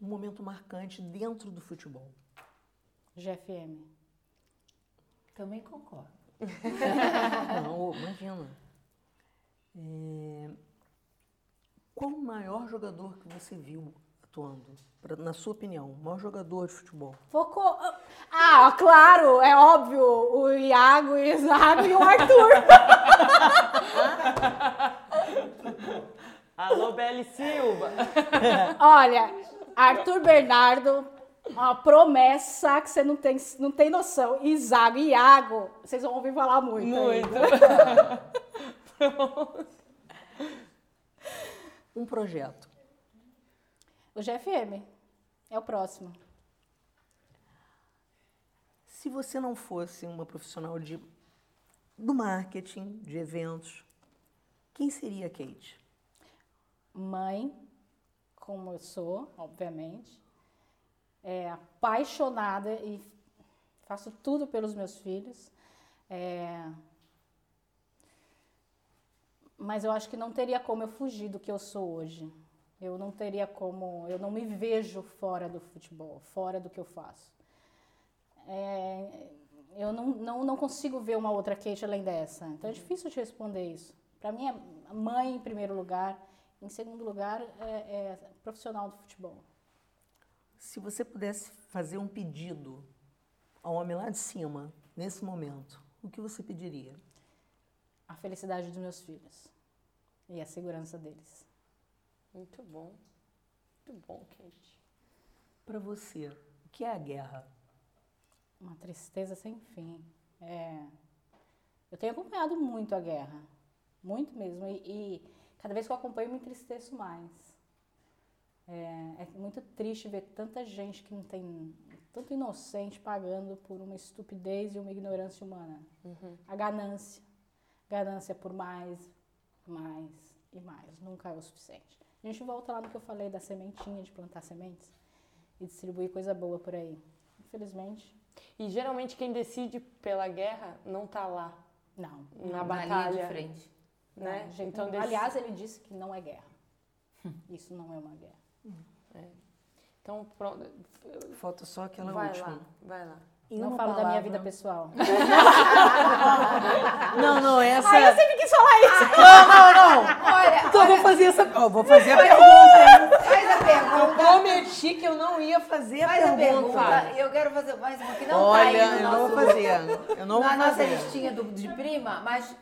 Speaker 3: Um momento marcante dentro do futebol.
Speaker 4: GFM.
Speaker 1: Também concordo.
Speaker 3: Não, imagina. É, Qual o maior jogador que você viu atuando? Pra- na sua opinião, o maior jogador de futebol?
Speaker 4: Focou. Ah, claro, é óbvio. O Iago, o Isaac e o Arthur.
Speaker 2: Alô, Beli Silva!
Speaker 4: Olha, Arthur Bernardo, uma promessa que você não tem, não tem noção. Isaac e Iago, vocês vão ouvir falar muito. ainda.
Speaker 3: Um projeto.
Speaker 4: O GFM é o próximo.
Speaker 3: Se você não fosse uma profissional de, do marketing, de eventos, quem seria a Kate?
Speaker 4: Mãe, como eu sou, obviamente. É apaixonada e faço tudo pelos meus filhos. É, Mas eu acho que não teria como eu fugir do que eu sou hoje. Eu não teria como, eu não me vejo fora do futebol, fora do que eu faço. É, eu não, não, não consigo ver uma outra Kate além dessa. Então é difícil te responder isso. Para mim é mãe em primeiro lugar, em segundo lugar é, é profissional do futebol.
Speaker 3: Se você pudesse fazer um pedido ao homem lá de cima, nesse momento, o que você pediria?
Speaker 4: A felicidade dos meus filhos e a segurança deles.
Speaker 2: Muito bom. Muito bom, Kate.
Speaker 3: Para você, o que é a guerra?
Speaker 4: Uma tristeza sem fim. É, eu tenho acompanhado muito a guerra, muito mesmo, e, e cada vez que eu acompanho eu me entristeço mais. É, é muito triste ver tanta gente que não tem, tanto inocente pagando por uma estupidez e uma ignorância humana. A ganância, ganância por mais, mais e mais, nunca é o suficiente. A gente volta lá no que eu falei da sementinha, de plantar sementes e distribuir coisa boa por aí. Infelizmente,
Speaker 2: E geralmente quem decide pela guerra não tá lá,
Speaker 4: não.
Speaker 2: na
Speaker 1: Na linha de
Speaker 2: batalha.
Speaker 1: frente.
Speaker 2: né?
Speaker 4: Não, de jeito
Speaker 2: Então,
Speaker 4: nenhum.
Speaker 2: desse-
Speaker 4: Aliás, ele disse que não é guerra. Isso não é uma guerra.
Speaker 2: Então, pronto.
Speaker 3: Falta só aquela
Speaker 2: vai
Speaker 3: última.
Speaker 2: lá, vai lá.
Speaker 3: Em
Speaker 4: não
Speaker 3: uma
Speaker 4: falo da minha
Speaker 3: palavra-
Speaker 4: vida pessoal.
Speaker 3: Não, não, essa. Ah,
Speaker 2: Ah, eu sempre quis falar isso!
Speaker 3: Não, não, não.
Speaker 1: Olha,
Speaker 3: Então eu vou fazer essa. Ó, vou fazer a pergunta.
Speaker 1: faz a pergunta.
Speaker 3: Prometi que eu não ia fazer a
Speaker 1: Faz a
Speaker 3: pergunta.
Speaker 1: pergunta. Eu quero fazer mais uma que não tá
Speaker 3: Olha,
Speaker 1: aí no
Speaker 3: eu
Speaker 1: nosso,
Speaker 3: não vou fazer. Eu não
Speaker 1: na
Speaker 3: vou
Speaker 1: nossa
Speaker 3: fazer.
Speaker 1: listinha do, de prima, mas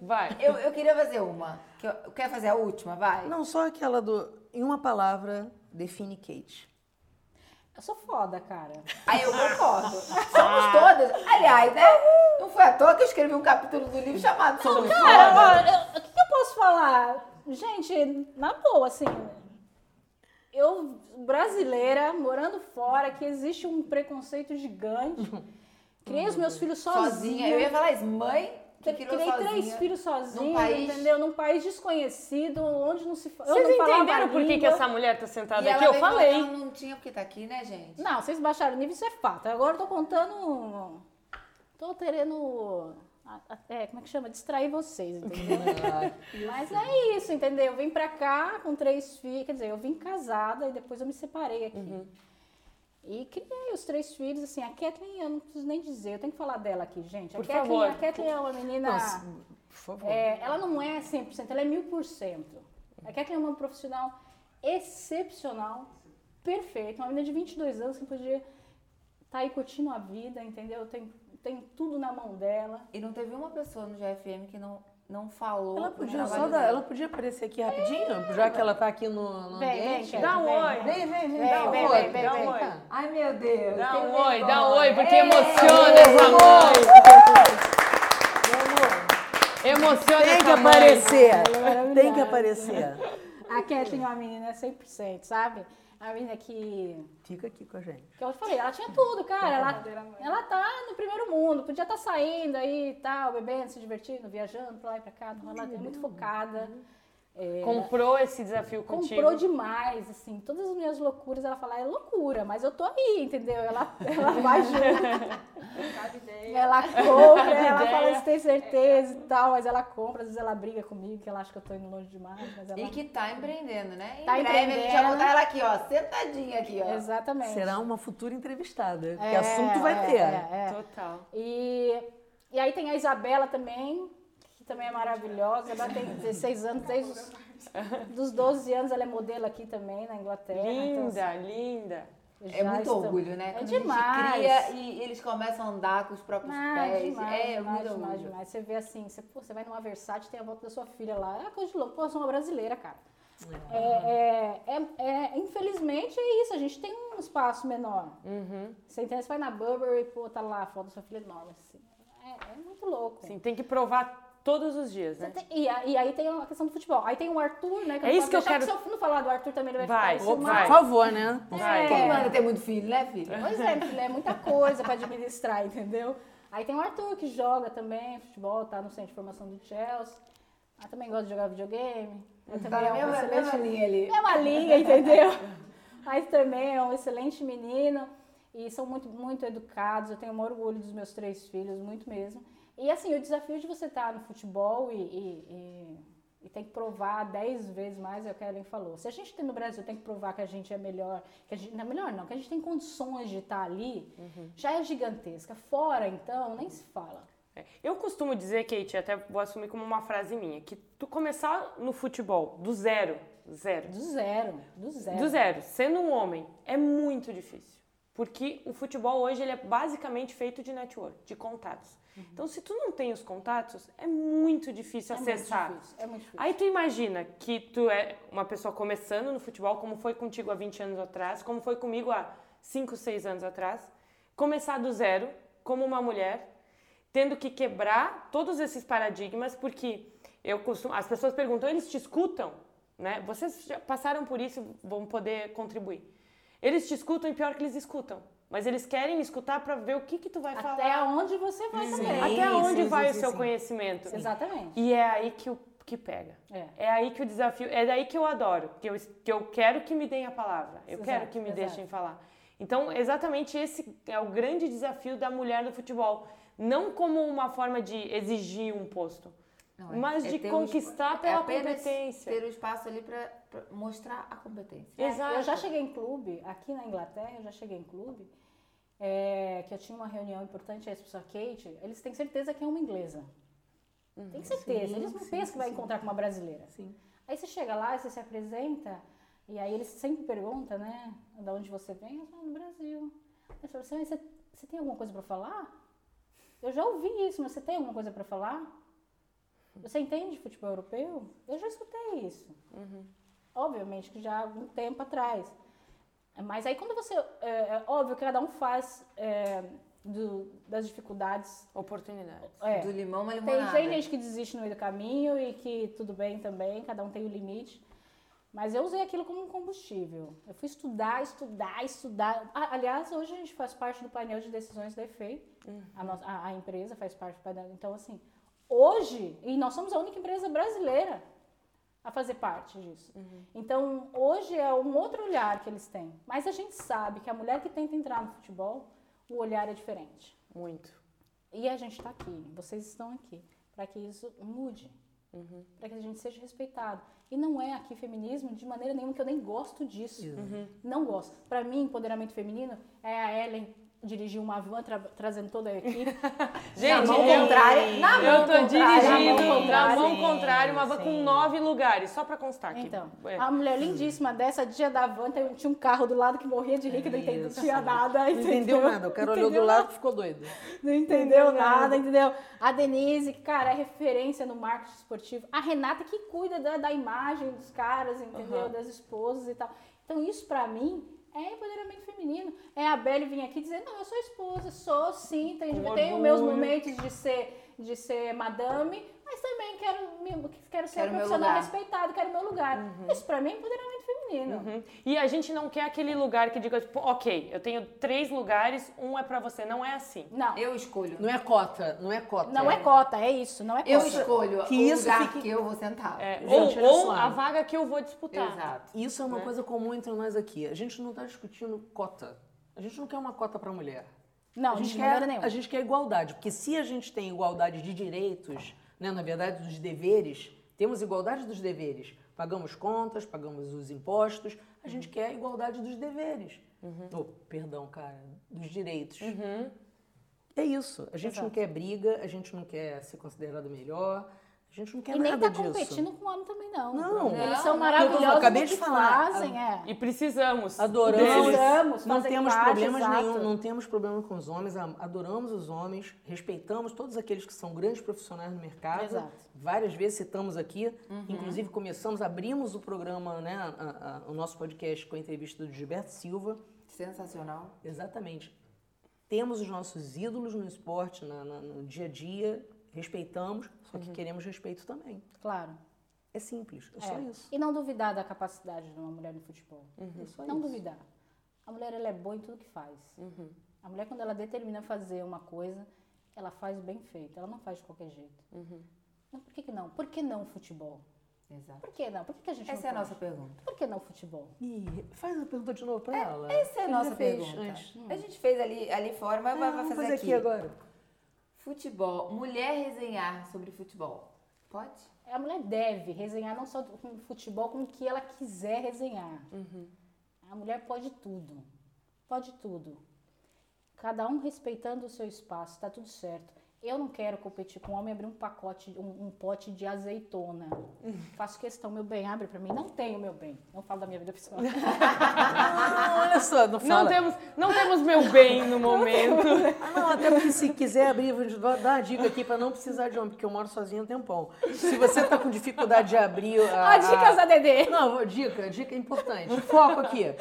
Speaker 2: Vai.
Speaker 1: eu, eu queria fazer uma. Que eu, quer fazer a última, vai?
Speaker 3: Não, só aquela do. Em uma palavra, define Kate.
Speaker 4: Eu sou foda, cara.
Speaker 1: Aí eu concordo. Ah. Somos todas. Aliás, né? Não foi à toa que eu escrevi um capítulo do livro chamado Somos
Speaker 4: Cara,
Speaker 1: Todas.
Speaker 4: olha, eu- o que que eu posso falar? Gente, na boa, assim. Eu, brasileira, morando fora, que existe um preconceito gigante. Criei os meus filhos sozinha.
Speaker 1: Sozinha. Eu ia falar isso. Mãe, que
Speaker 4: Criei
Speaker 1: criou sozinha.
Speaker 4: três filhos sozinha,
Speaker 1: num país-
Speaker 4: entendeu? Num país desconhecido, onde não se fala.
Speaker 2: Vocês
Speaker 4: eu não falava
Speaker 2: entenderam por que, que
Speaker 4: língua.
Speaker 2: essa mulher tá sentada
Speaker 1: E ela
Speaker 2: aqui? Eu
Speaker 1: veio falar que
Speaker 2: falei.
Speaker 1: ela não tinha porque tá aqui, né, gente?
Speaker 4: Não, vocês baixaram o nível, isso é fato. Agora eu tô contando. Tô querendo. a- a- É, como é que chama? Distrair vocês, entendeu? Mas é isso, entendeu? Eu vim pra cá com três filhos, quer dizer, eu vim casada e depois eu me separei aqui. E criei os três filhos, assim, a Kathleen, eu não preciso nem dizer, eu tenho que falar dela aqui, gente. A,
Speaker 2: Por
Speaker 4: Kathleen,
Speaker 2: favor.
Speaker 4: a Kathleen é uma menina.
Speaker 3: Nossa, por favor.
Speaker 4: É, ela não é 100%, ela é 1000%. A Kathleen é uma profissional excepcional, perfeita, uma menina de 22 anos que podia estar aí curtindo a vida, entendeu? Tem, tem tudo na mão dela.
Speaker 1: E não teve uma pessoa no GFM que não, não falou.
Speaker 3: Ela
Speaker 4: né?
Speaker 1: do
Speaker 3: podia
Speaker 1: trabalho
Speaker 3: só dar,
Speaker 1: dela.
Speaker 3: ela podia aparecer aqui rapidinho, já que ela tá aqui no, no
Speaker 4: Vem, vem,
Speaker 3: ambiente.
Speaker 4: Kelly.
Speaker 2: Dá um oi.
Speaker 3: Vem, vem, vem,
Speaker 4: Vem,
Speaker 3: dá um
Speaker 4: vem,
Speaker 3: oi,
Speaker 4: vem,
Speaker 3: dá um
Speaker 4: vem.
Speaker 3: oi.
Speaker 1: Ai, meu Deus.
Speaker 2: Dá
Speaker 1: tem
Speaker 2: um oi,
Speaker 1: vergonha.
Speaker 2: dá um oi, porque
Speaker 1: Ei,
Speaker 2: emociona
Speaker 1: ei,
Speaker 2: essa
Speaker 1: ei.
Speaker 2: mãe. Emociona
Speaker 3: Tem que
Speaker 2: essa mãe.
Speaker 3: aparecer,
Speaker 4: é
Speaker 3: tem que aparecer.
Speaker 4: A Kathleen é uma menina 100%, sabe? A menina que
Speaker 3: Fica aqui com a gente.
Speaker 4: Que eu falei, ela tinha tudo, cara. Ela, ela tá no primeiro mundo, podia estar saindo aí e tal, bebendo, se divertindo, viajando pra lá e pra cá. Então, ela é muito focada. É,
Speaker 2: Comprou esse desafio contigo.
Speaker 4: comprou demais, assim, todas as minhas loucuras, ela fala, é loucura, mas eu tô aí, entendeu? Ela, ela vai junto. ela compra, ela fala, você tem certeza e tal, mas ela compra, às vezes ela briga comigo, que ela acha que eu tô indo longe demais, mas ela...
Speaker 1: E que tá empreendendo, né? Em
Speaker 4: Tá
Speaker 1: breve a gente vai
Speaker 4: empreendendo.
Speaker 1: botar ela aqui, ó, sentadinha aqui, ó.
Speaker 4: Exatamente.
Speaker 3: Será uma futura entrevistada, que
Speaker 4: É,
Speaker 3: assunto vai
Speaker 4: é,
Speaker 3: ter.
Speaker 4: é,
Speaker 2: né?
Speaker 4: é.
Speaker 2: Total.
Speaker 4: E, e aí tem a Isabela também, que também é maravilhosa. Ela tem 16 anos, desde os dos 12 anos ela é modelo aqui também na
Speaker 2: É,
Speaker 4: Inglaterra. então, assim,
Speaker 2: Linda, linda.
Speaker 1: É
Speaker 4: já
Speaker 1: muito
Speaker 4: estamos-
Speaker 1: orgulho, né?
Speaker 4: É
Speaker 1: Quando A
Speaker 4: demais.
Speaker 1: gente cria e eles começam a andar com os próprios
Speaker 4: Ah,
Speaker 1: pés.
Speaker 4: demais,
Speaker 1: é,
Speaker 4: demais,
Speaker 1: muito
Speaker 4: demais,
Speaker 1: orgulho.
Speaker 4: demais. Você vê assim, você, pô, você vai numa Versace, tem a volta da sua filha lá. É coisa de louco. Pô, eu sou uma brasileira, cara. É, é, é- é- infelizmente é isso, a gente tem um espaço menor.
Speaker 2: Uhum.
Speaker 4: Você entende? Você vai na Burberry, pô, tá lá a foto da sua filha enorme, assim. É, é muito louco.
Speaker 2: Sim, tem que provar todos os dias,
Speaker 4: Você
Speaker 2: né?
Speaker 4: tem- e, a- e aí tem a questão do futebol. Aí tem o Arthur, né?
Speaker 2: É
Speaker 4: não
Speaker 2: isso
Speaker 4: posso
Speaker 2: que eu
Speaker 4: deixar,
Speaker 2: quero-
Speaker 4: Se eu não falar do Arthur também, ele vai,
Speaker 2: Vai,
Speaker 4: ficar
Speaker 2: opa, Vai.
Speaker 3: Por favor, né?
Speaker 4: É.
Speaker 1: Quem manda ter muito filho, né, filho?
Speaker 4: Pois é, filho, é muita coisa pra administrar, entendeu? Aí tem o Arthur que joga também futebol, tá no centro de formação do Chelsea. Ah, também gosta de jogar videogame. Eu
Speaker 1: Tá
Speaker 4: também
Speaker 1: na
Speaker 4: é um
Speaker 1: mesma, mesma
Speaker 4: excelente...
Speaker 1: linha ali.
Speaker 4: Mesma linha, entendeu? Mas também é um excelente menino. E são muito, muito educados. Eu tenho um orgulho dos meus três filhos, muito mesmo. E assim, o desafio de você estar no futebol e, e, e- e tem que provar dez vezes mais, é o que a Ellen falou. Se a gente tem no Brasil tem que provar que a gente é melhor, que a gente não é melhor não, que a gente tem condições de estar ali, já é gigantesca. Fora, então, nem se fala.
Speaker 2: É. Eu costumo dizer, Kate, até vou assumir como uma frase minha, que tu começar no futebol do zero, zero,
Speaker 4: Do zero, do zero.
Speaker 2: do zero, sendo um homem, é muito difícil. Porque o futebol hoje ele é basicamente feito de network, de contatos. Então, se tu não tem os contatos, é muito difícil
Speaker 4: Uhum. É muito
Speaker 2: acessar.
Speaker 4: difícil, é muito difícil.
Speaker 2: Aí tu imagina que tu é uma pessoa começando no futebol, como foi contigo há 20 anos atrás, como foi comigo há 5, 6 anos atrás, começar do zero, como uma mulher, tendo que quebrar todos esses paradigmas, porque eu costumo, as pessoas perguntam, eles te escutam, né? Vocês já passaram por isso, vão poder contribuir. Eles te escutam e pior que eles escutam, mas eles querem escutar para ver o que que tu vai
Speaker 4: Até
Speaker 2: falar.
Speaker 4: onde você vai também.
Speaker 2: Até
Speaker 3: Sim,
Speaker 2: onde
Speaker 3: sim,
Speaker 2: vai
Speaker 3: sim,
Speaker 2: o seu
Speaker 3: sim.
Speaker 2: conhecimento?
Speaker 4: Exatamente.
Speaker 2: E é aí que, o, que pega.
Speaker 4: É.
Speaker 2: É aí que o desafio, é daí que eu adoro, que eu, que eu quero que me deem a palavra, eu
Speaker 4: Exato,
Speaker 2: quero que me
Speaker 4: exato.
Speaker 2: deixem falar. Então, exatamente esse é o grande desafio da mulher no futebol. Não como uma forma de exigir um posto,
Speaker 1: Não, é-
Speaker 2: Mas
Speaker 1: é
Speaker 2: de
Speaker 1: ter um
Speaker 2: conquistar
Speaker 1: espa- é
Speaker 2: pela
Speaker 1: apenas
Speaker 2: competência.
Speaker 1: Ter o espaço ali para mostrar a competência.
Speaker 4: É,
Speaker 2: Exato.
Speaker 4: Eu já cheguei em clube, aqui na Inglaterra, eu já cheguei em clube, é, que eu tinha uma reunião importante, aí a pessoa Kate, eles têm certeza que é uma inglesa. Tem certeza,
Speaker 3: Uhum. Sim,
Speaker 4: eles não
Speaker 3: sim,
Speaker 4: pensam que vai
Speaker 3: sim.
Speaker 4: encontrar com uma brasileira.
Speaker 3: Sim.
Speaker 4: Aí você chega lá, você se apresenta, e aí eles sempre perguntam, né, da onde você vem? Eu falo, do Brasil. Aí você, fala assim, "Mas você, você tem alguma coisa para falar? Eu já ouvi isso, mas você tem alguma coisa para falar? Você entende de futebol europeu? Eu já escutei isso. Obviamente que já há algum tempo atrás. Mas aí quando você... É, é óbvio que cada um faz é, do- das dificuldades...
Speaker 2: Oportunidades.
Speaker 4: é,
Speaker 1: Do limão uma
Speaker 4: tem,
Speaker 1: limonada.
Speaker 4: tem gente que desiste no meio do caminho e que tudo bem também, cada um tem o limite. Mas eu usei aquilo como um combustível. Eu fui estudar, estudar, estudar. Ah, aliás, hoje a gente faz parte do painel de decisões da EFEI. A, nossa- a- a empresa faz parte do painel. Então, assim, hoje, e nós somos a única empresa brasileira a fazer parte disso. Então, hoje é um outro olhar que eles têm. Mas a gente sabe que a mulher que tenta entrar no futebol, o olhar é diferente.
Speaker 2: Muito.
Speaker 4: E a gente está aqui, vocês estão aqui, para que isso mude, para que a gente seja respeitado. E não é aqui feminismo de maneira nenhuma, que eu nem gosto disso.
Speaker 3: Uhum.
Speaker 4: Não gosto. Para mim, empoderamento feminino é a Ellen dirigir uma van tra- trazendo toda a equipe.
Speaker 1: Na
Speaker 2: Gente,
Speaker 1: mão
Speaker 2: eu-
Speaker 1: contrária. Na mão
Speaker 2: Eu tô
Speaker 1: contrária.
Speaker 2: dirigindo
Speaker 4: mão
Speaker 2: na
Speaker 4: contrária.
Speaker 2: mão contrária, uma van
Speaker 5: Sim,
Speaker 2: com
Speaker 5: sim.
Speaker 2: nove lugares, só pra constar aqui.
Speaker 4: Então,
Speaker 2: É.
Speaker 4: a mulher lindíssima dessa, dia da van, tem- tinha um carro do lado que morria de rico, não entendia
Speaker 3: Isso.
Speaker 4: nada.
Speaker 3: Não entendeu nada. O cara olhou do
Speaker 4: Entendeu
Speaker 3: lado e ficou doido.
Speaker 4: Não entendeu nada, entendeu? A Denise, que, cara, é referência no marketing esportivo. A Renata, que cuida da, da imagem dos caras, entendeu?
Speaker 2: Aham.
Speaker 4: Das esposas e tal. Então, isso pra mim é empoderamento feminino. É a Belle vir aqui dizer, não, eu sou esposa, sou sim, tem,
Speaker 2: Com
Speaker 4: tenho meus
Speaker 2: orgulho.
Speaker 4: momentos de ser, de ser madame, mas também quero, me- quero ser
Speaker 1: Quero
Speaker 4: um
Speaker 1: meu
Speaker 4: profissional
Speaker 1: lugar.
Speaker 4: respeitado, quero meu lugar. Isso pra mim é empoderamento feminino.
Speaker 2: Uhum. E a gente não quer aquele lugar que diga, tipo, ok, eu tenho três lugares, um é pra você. Não é assim.
Speaker 4: Não,
Speaker 1: Eu escolho.
Speaker 3: Não é cota, não é cota.
Speaker 4: não é cota, é isso, não é
Speaker 1: Eu
Speaker 4: cota.
Speaker 1: escolho
Speaker 3: Que
Speaker 1: o
Speaker 3: isso
Speaker 1: lugar
Speaker 3: fique-
Speaker 1: que eu vou sentar.
Speaker 2: É,
Speaker 3: Gente,
Speaker 2: ou
Speaker 3: olha
Speaker 2: ou
Speaker 3: só.
Speaker 2: a vaga que eu vou disputar.
Speaker 1: Exato.
Speaker 3: Isso é uma
Speaker 2: Né?
Speaker 3: coisa comum entre nós aqui. A gente não está discutindo cota. A gente não quer uma cota para mulher.
Speaker 4: Não,
Speaker 3: a gente
Speaker 4: de
Speaker 3: quer,
Speaker 4: maneira nenhuma.
Speaker 3: A gente quer igualdade, porque se a gente tem igualdade de direitos, né, na verdade dos deveres, temos igualdade dos deveres. Pagamos contas, pagamos os impostos, a gente quer a igualdade dos deveres.
Speaker 4: Uhum.
Speaker 3: Oh, perdão, cara, dos direitos. É isso. A gente não quer briga, a gente não quer ser considerado melhor, a gente não quer
Speaker 4: E nem
Speaker 3: nada
Speaker 4: tá
Speaker 3: disso.
Speaker 4: competindo com o homem também, não.
Speaker 3: Não.
Speaker 4: Eles
Speaker 1: Não,
Speaker 4: são
Speaker 1: não.
Speaker 4: maravilhosos.
Speaker 3: Eu acabei
Speaker 4: no
Speaker 3: de
Speaker 4: que
Speaker 3: falar.
Speaker 4: Fazem, é.
Speaker 2: E precisamos.
Speaker 3: Adoramos.
Speaker 2: deles.
Speaker 4: Adoramos
Speaker 3: Não
Speaker 4: fazer
Speaker 3: temos
Speaker 4: parte,
Speaker 3: problemas
Speaker 4: exato.
Speaker 3: nenhum, não temos problema com os homens, am- adoramos os homens, respeitamos todos aqueles que são grandes profissionais no mercado.
Speaker 4: Exato. Uhum.
Speaker 3: Várias vezes citamos aqui, inclusive começamos, abrimos o programa, né, a- a- o nosso podcast com a entrevista do Gilberto Silva.
Speaker 1: Sensacional.
Speaker 3: Exatamente. Temos os nossos ídolos no esporte, na- na- no dia a dia, respeitamos, só
Speaker 4: Uhum.
Speaker 3: que queremos respeito também.
Speaker 4: Claro.
Speaker 3: É simples, é, só
Speaker 4: É.
Speaker 3: isso.
Speaker 4: E não duvidar da capacidade de uma mulher no futebol.
Speaker 3: É só
Speaker 4: Não
Speaker 3: isso.
Speaker 4: duvidar. A mulher ela é boa em tudo que faz.
Speaker 3: Uhum.
Speaker 4: A mulher, quando ela determina fazer uma coisa, ela faz bem feito. Ela não faz de qualquer jeito.
Speaker 3: Uhum.
Speaker 4: Mas por que, que não? Por que não futebol?
Speaker 1: Exato.
Speaker 4: Por que não? Por que, que a gente
Speaker 1: Essa é a
Speaker 4: não pode?
Speaker 1: nossa pergunta.
Speaker 4: Por que não futebol?
Speaker 3: Ih, faz a pergunta de novo pra ela.
Speaker 1: Essa é a
Speaker 3: Ele já
Speaker 1: nossa
Speaker 3: fez
Speaker 1: pergunta.
Speaker 3: antes.
Speaker 1: A gente fez ali, ali fora, mas vai- vai
Speaker 3: Ah, vamos
Speaker 1: fazer,
Speaker 3: fazer aqui agora.
Speaker 1: Futebol. Mulher resenhar sobre futebol. Pode?
Speaker 4: A mulher deve resenhar não só do- com futebol, com o que ela quiser resenhar.
Speaker 3: Uhum.
Speaker 4: A mulher pode tudo. Pode tudo. Cada um respeitando o seu espaço, tá tudo certo. Eu não quero competir com homem e abrir um pacote, um, um pote de azeitona.
Speaker 3: Uhum.
Speaker 4: Faço questão, meu bem, abre pra mim. Não tenho, meu bem. Não falo da minha vida pessoal.
Speaker 3: Não, Ah, olha só, não fala.
Speaker 2: Não temos, não temos meu bem no momento.
Speaker 3: Ah, não, até porque se quiser abrir, vou te dar dar uma dica aqui pra não precisar de homem, porque eu moro sozinha há um tempão. Se você tá com dificuldade de abrir a...
Speaker 4: Ó, Ah, dicas da Dedê.
Speaker 3: Não, vou- dica, dica importante. Foco aqui.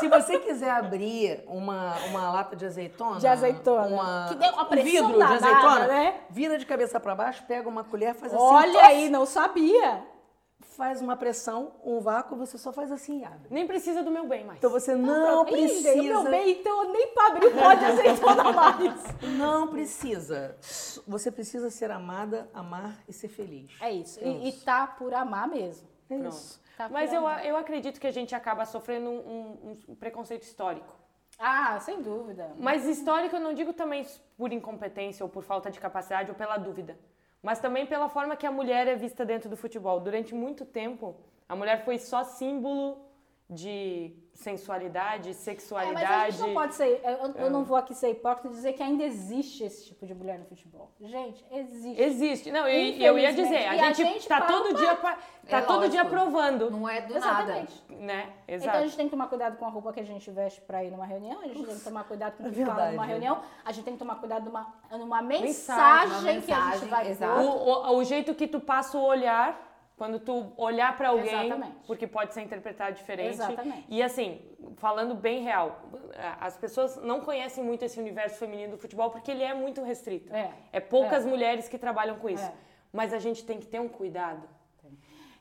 Speaker 3: Se você quiser abrir uma, uma lata de azeitona...
Speaker 4: De azeitona.
Speaker 3: Ah, Uma,
Speaker 4: Que deu uma
Speaker 3: um
Speaker 4: pressão
Speaker 3: vidro de
Speaker 4: danada,
Speaker 3: azeitona,
Speaker 4: né?
Speaker 3: vira de cabeça pra baixo, pega uma colher, faz assim...
Speaker 4: Olha
Speaker 3: tosse,
Speaker 4: aí, não sabia.
Speaker 3: Faz uma pressão, um vácuo, você só faz assim e abre.
Speaker 2: Nem precisa do meu bem mais.
Speaker 3: Então você não
Speaker 4: Ih,
Speaker 3: precisa...
Speaker 4: gente, Meu bem, então eu nem pra abrir pode azeitona mais.
Speaker 3: Não precisa. Você precisa ser amada, amar e ser feliz.
Speaker 4: É isso. E, e tá por amar mesmo.
Speaker 3: É
Speaker 2: Pronto.
Speaker 3: isso.
Speaker 4: Tá
Speaker 2: Mas
Speaker 4: por
Speaker 2: eu,
Speaker 4: amar.
Speaker 2: a- eu acredito que a gente acaba sofrendo um, um- um preconceito histórico.
Speaker 4: Ah, sem dúvida.
Speaker 2: Mas histórico eu não digo também por incompetência ou por falta de capacidade ou pela dúvida. mas também pela forma que a mulher é vista dentro do futebol. Durante muito tempo, a mulher foi só símbolo de sensualidade,
Speaker 4: É, mas a
Speaker 2: sexualidade.
Speaker 4: gente não pode ser. Eu, eu não vou aqui ser hipócrita e dizer que ainda existe esse tipo de mulher no futebol. Gente, existe.
Speaker 2: Existe. Não, eu, eu ia dizer, a
Speaker 4: Infelizmente. E a
Speaker 2: gente,
Speaker 4: gente
Speaker 2: tá
Speaker 4: fala,
Speaker 2: todo dia pa- tá
Speaker 1: É
Speaker 2: todo dia
Speaker 1: lógico.
Speaker 2: provando,
Speaker 1: Não é do
Speaker 4: Exatamente.
Speaker 1: nada.
Speaker 2: né?
Speaker 4: Então a
Speaker 2: Exato.
Speaker 4: gente tem que tomar cuidado com a roupa que a gente veste para ir numa reunião, a gente tem que tomar cuidado com o que
Speaker 3: é
Speaker 4: fala
Speaker 3: verdade.
Speaker 4: numa reunião, a gente tem que tomar cuidado numa, numa
Speaker 2: Mensagem,
Speaker 4: mensagem,
Speaker 1: uma
Speaker 4: que a gente
Speaker 1: mensagem,
Speaker 4: vai
Speaker 1: exato.
Speaker 2: O,
Speaker 4: pôr.
Speaker 2: o, o jeito que tu passa o olhar, quando tu olhar pra alguém,
Speaker 4: Exatamente.
Speaker 2: porque pode ser interpretado diferente.
Speaker 4: Exatamente.
Speaker 2: E assim, falando bem real, as pessoas não conhecem muito esse universo feminino do futebol porque ele é muito restrito.
Speaker 4: É.
Speaker 2: poucas mulheres que trabalham com isso.
Speaker 4: É.
Speaker 2: Mas a gente tem que ter um cuidado.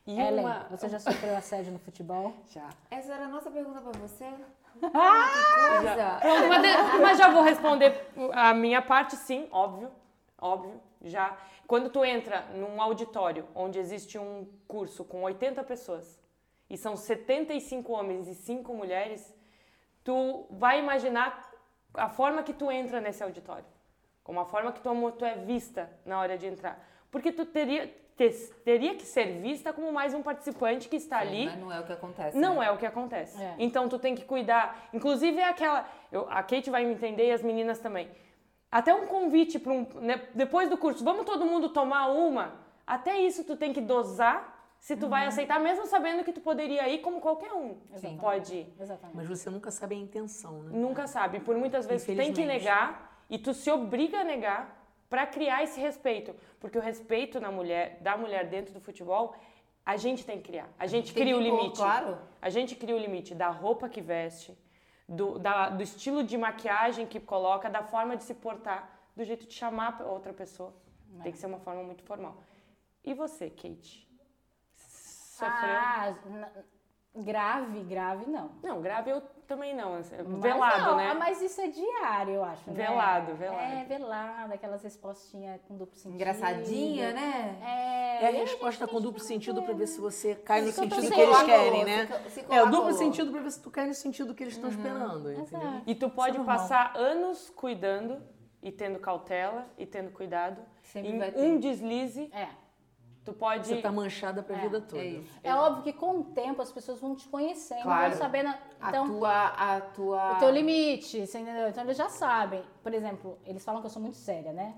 Speaker 2: E
Speaker 4: Ellen,
Speaker 2: uma...
Speaker 4: você já sofreu assédio no futebol?
Speaker 2: Já.
Speaker 1: Essa era a nossa pergunta pra você. Ah, que coisa!
Speaker 2: Pronto, mas, de- mas já vou responder a minha parte, sim, óbvio. Óbvio, já. Quando tu entra num auditório onde existe um curso com 80 pessoas e são 75 homens e 5 mulheres, tu vai imaginar a forma que tu entra nesse auditório. Como a forma que tu, amo- tu é vista na hora de entrar. Porque tu teria, te- teria que ser vista como mais um participante que está ali.
Speaker 1: Mas não é o que acontece.
Speaker 2: Não
Speaker 1: né?
Speaker 2: é o que acontece.
Speaker 4: É.
Speaker 2: Então tu tem que cuidar. Inclusive é aquela. eu- a Kate vai me entender e as meninas também. Até um convite para um. né, depois do curso, vamos todo mundo tomar uma? Até isso tu tem que dosar se tu
Speaker 1: Uhum.
Speaker 2: vai aceitar, mesmo sabendo que tu poderia ir como qualquer um.
Speaker 4: Exatamente.
Speaker 2: Pode ir.
Speaker 4: Exatamente.
Speaker 3: Mas você nunca sabe a intenção, né?
Speaker 2: Nunca sabe. Por muitas vezes tu tem que
Speaker 3: Infelizmente.
Speaker 2: negar e tu se obriga a negar para criar esse respeito, porque o respeito na mulher, da mulher dentro do futebol, a gente tem que criar. A gente
Speaker 1: Tem
Speaker 2: cria o
Speaker 1: que impor,
Speaker 2: limite.
Speaker 1: Claro.
Speaker 2: A gente cria o limite da roupa que veste, do, da- do estilo de maquiagem que coloca, da forma de se portar, do jeito de chamar a outra pessoa. Tem que ser uma forma muito formal. E você, Kate? Sofreu?
Speaker 4: Ah, n- grave, grave não.
Speaker 2: Não, grave eu também não. assim,
Speaker 4: Mas
Speaker 2: Velado,
Speaker 4: não,
Speaker 2: né?
Speaker 4: Mas isso é diário, eu acho. né?
Speaker 2: Velado, velado.
Speaker 4: É, velado, aquelas respostinhas com duplo sentido.
Speaker 1: Engraçadinha, né?
Speaker 4: É,
Speaker 3: É a resposta com duplo sentido pra ver se você cai no
Speaker 4: Isso eu tô
Speaker 3: sentido
Speaker 4: sem
Speaker 3: que eles
Speaker 4: colocou,
Speaker 3: querem,
Speaker 1: se
Speaker 3: né?
Speaker 1: co- se
Speaker 3: É, o
Speaker 1: colocou.
Speaker 3: duplo sentido pra ver se tu cai no sentido que eles estão esperando, entendeu?
Speaker 4: Exato.
Speaker 2: E tu
Speaker 3: Isso
Speaker 2: pode
Speaker 3: é normal.
Speaker 2: passar anos cuidando e tendo cautela e tendo cuidado.
Speaker 1: Sempre
Speaker 2: em
Speaker 1: vai ter.
Speaker 2: um deslize,
Speaker 4: É.
Speaker 2: tu pode.
Speaker 3: Você tá manchada pra vida toda.
Speaker 1: É isso.
Speaker 4: É óbvio que com o tempo as pessoas vão te conhecendo,
Speaker 1: Claro.
Speaker 4: vão sabendo.
Speaker 1: A
Speaker 4: Então,
Speaker 1: tua. A tua...
Speaker 4: o teu limite, você entendeu? Então eles já sabem. Por exemplo, eles falam que eu sou muito séria, né?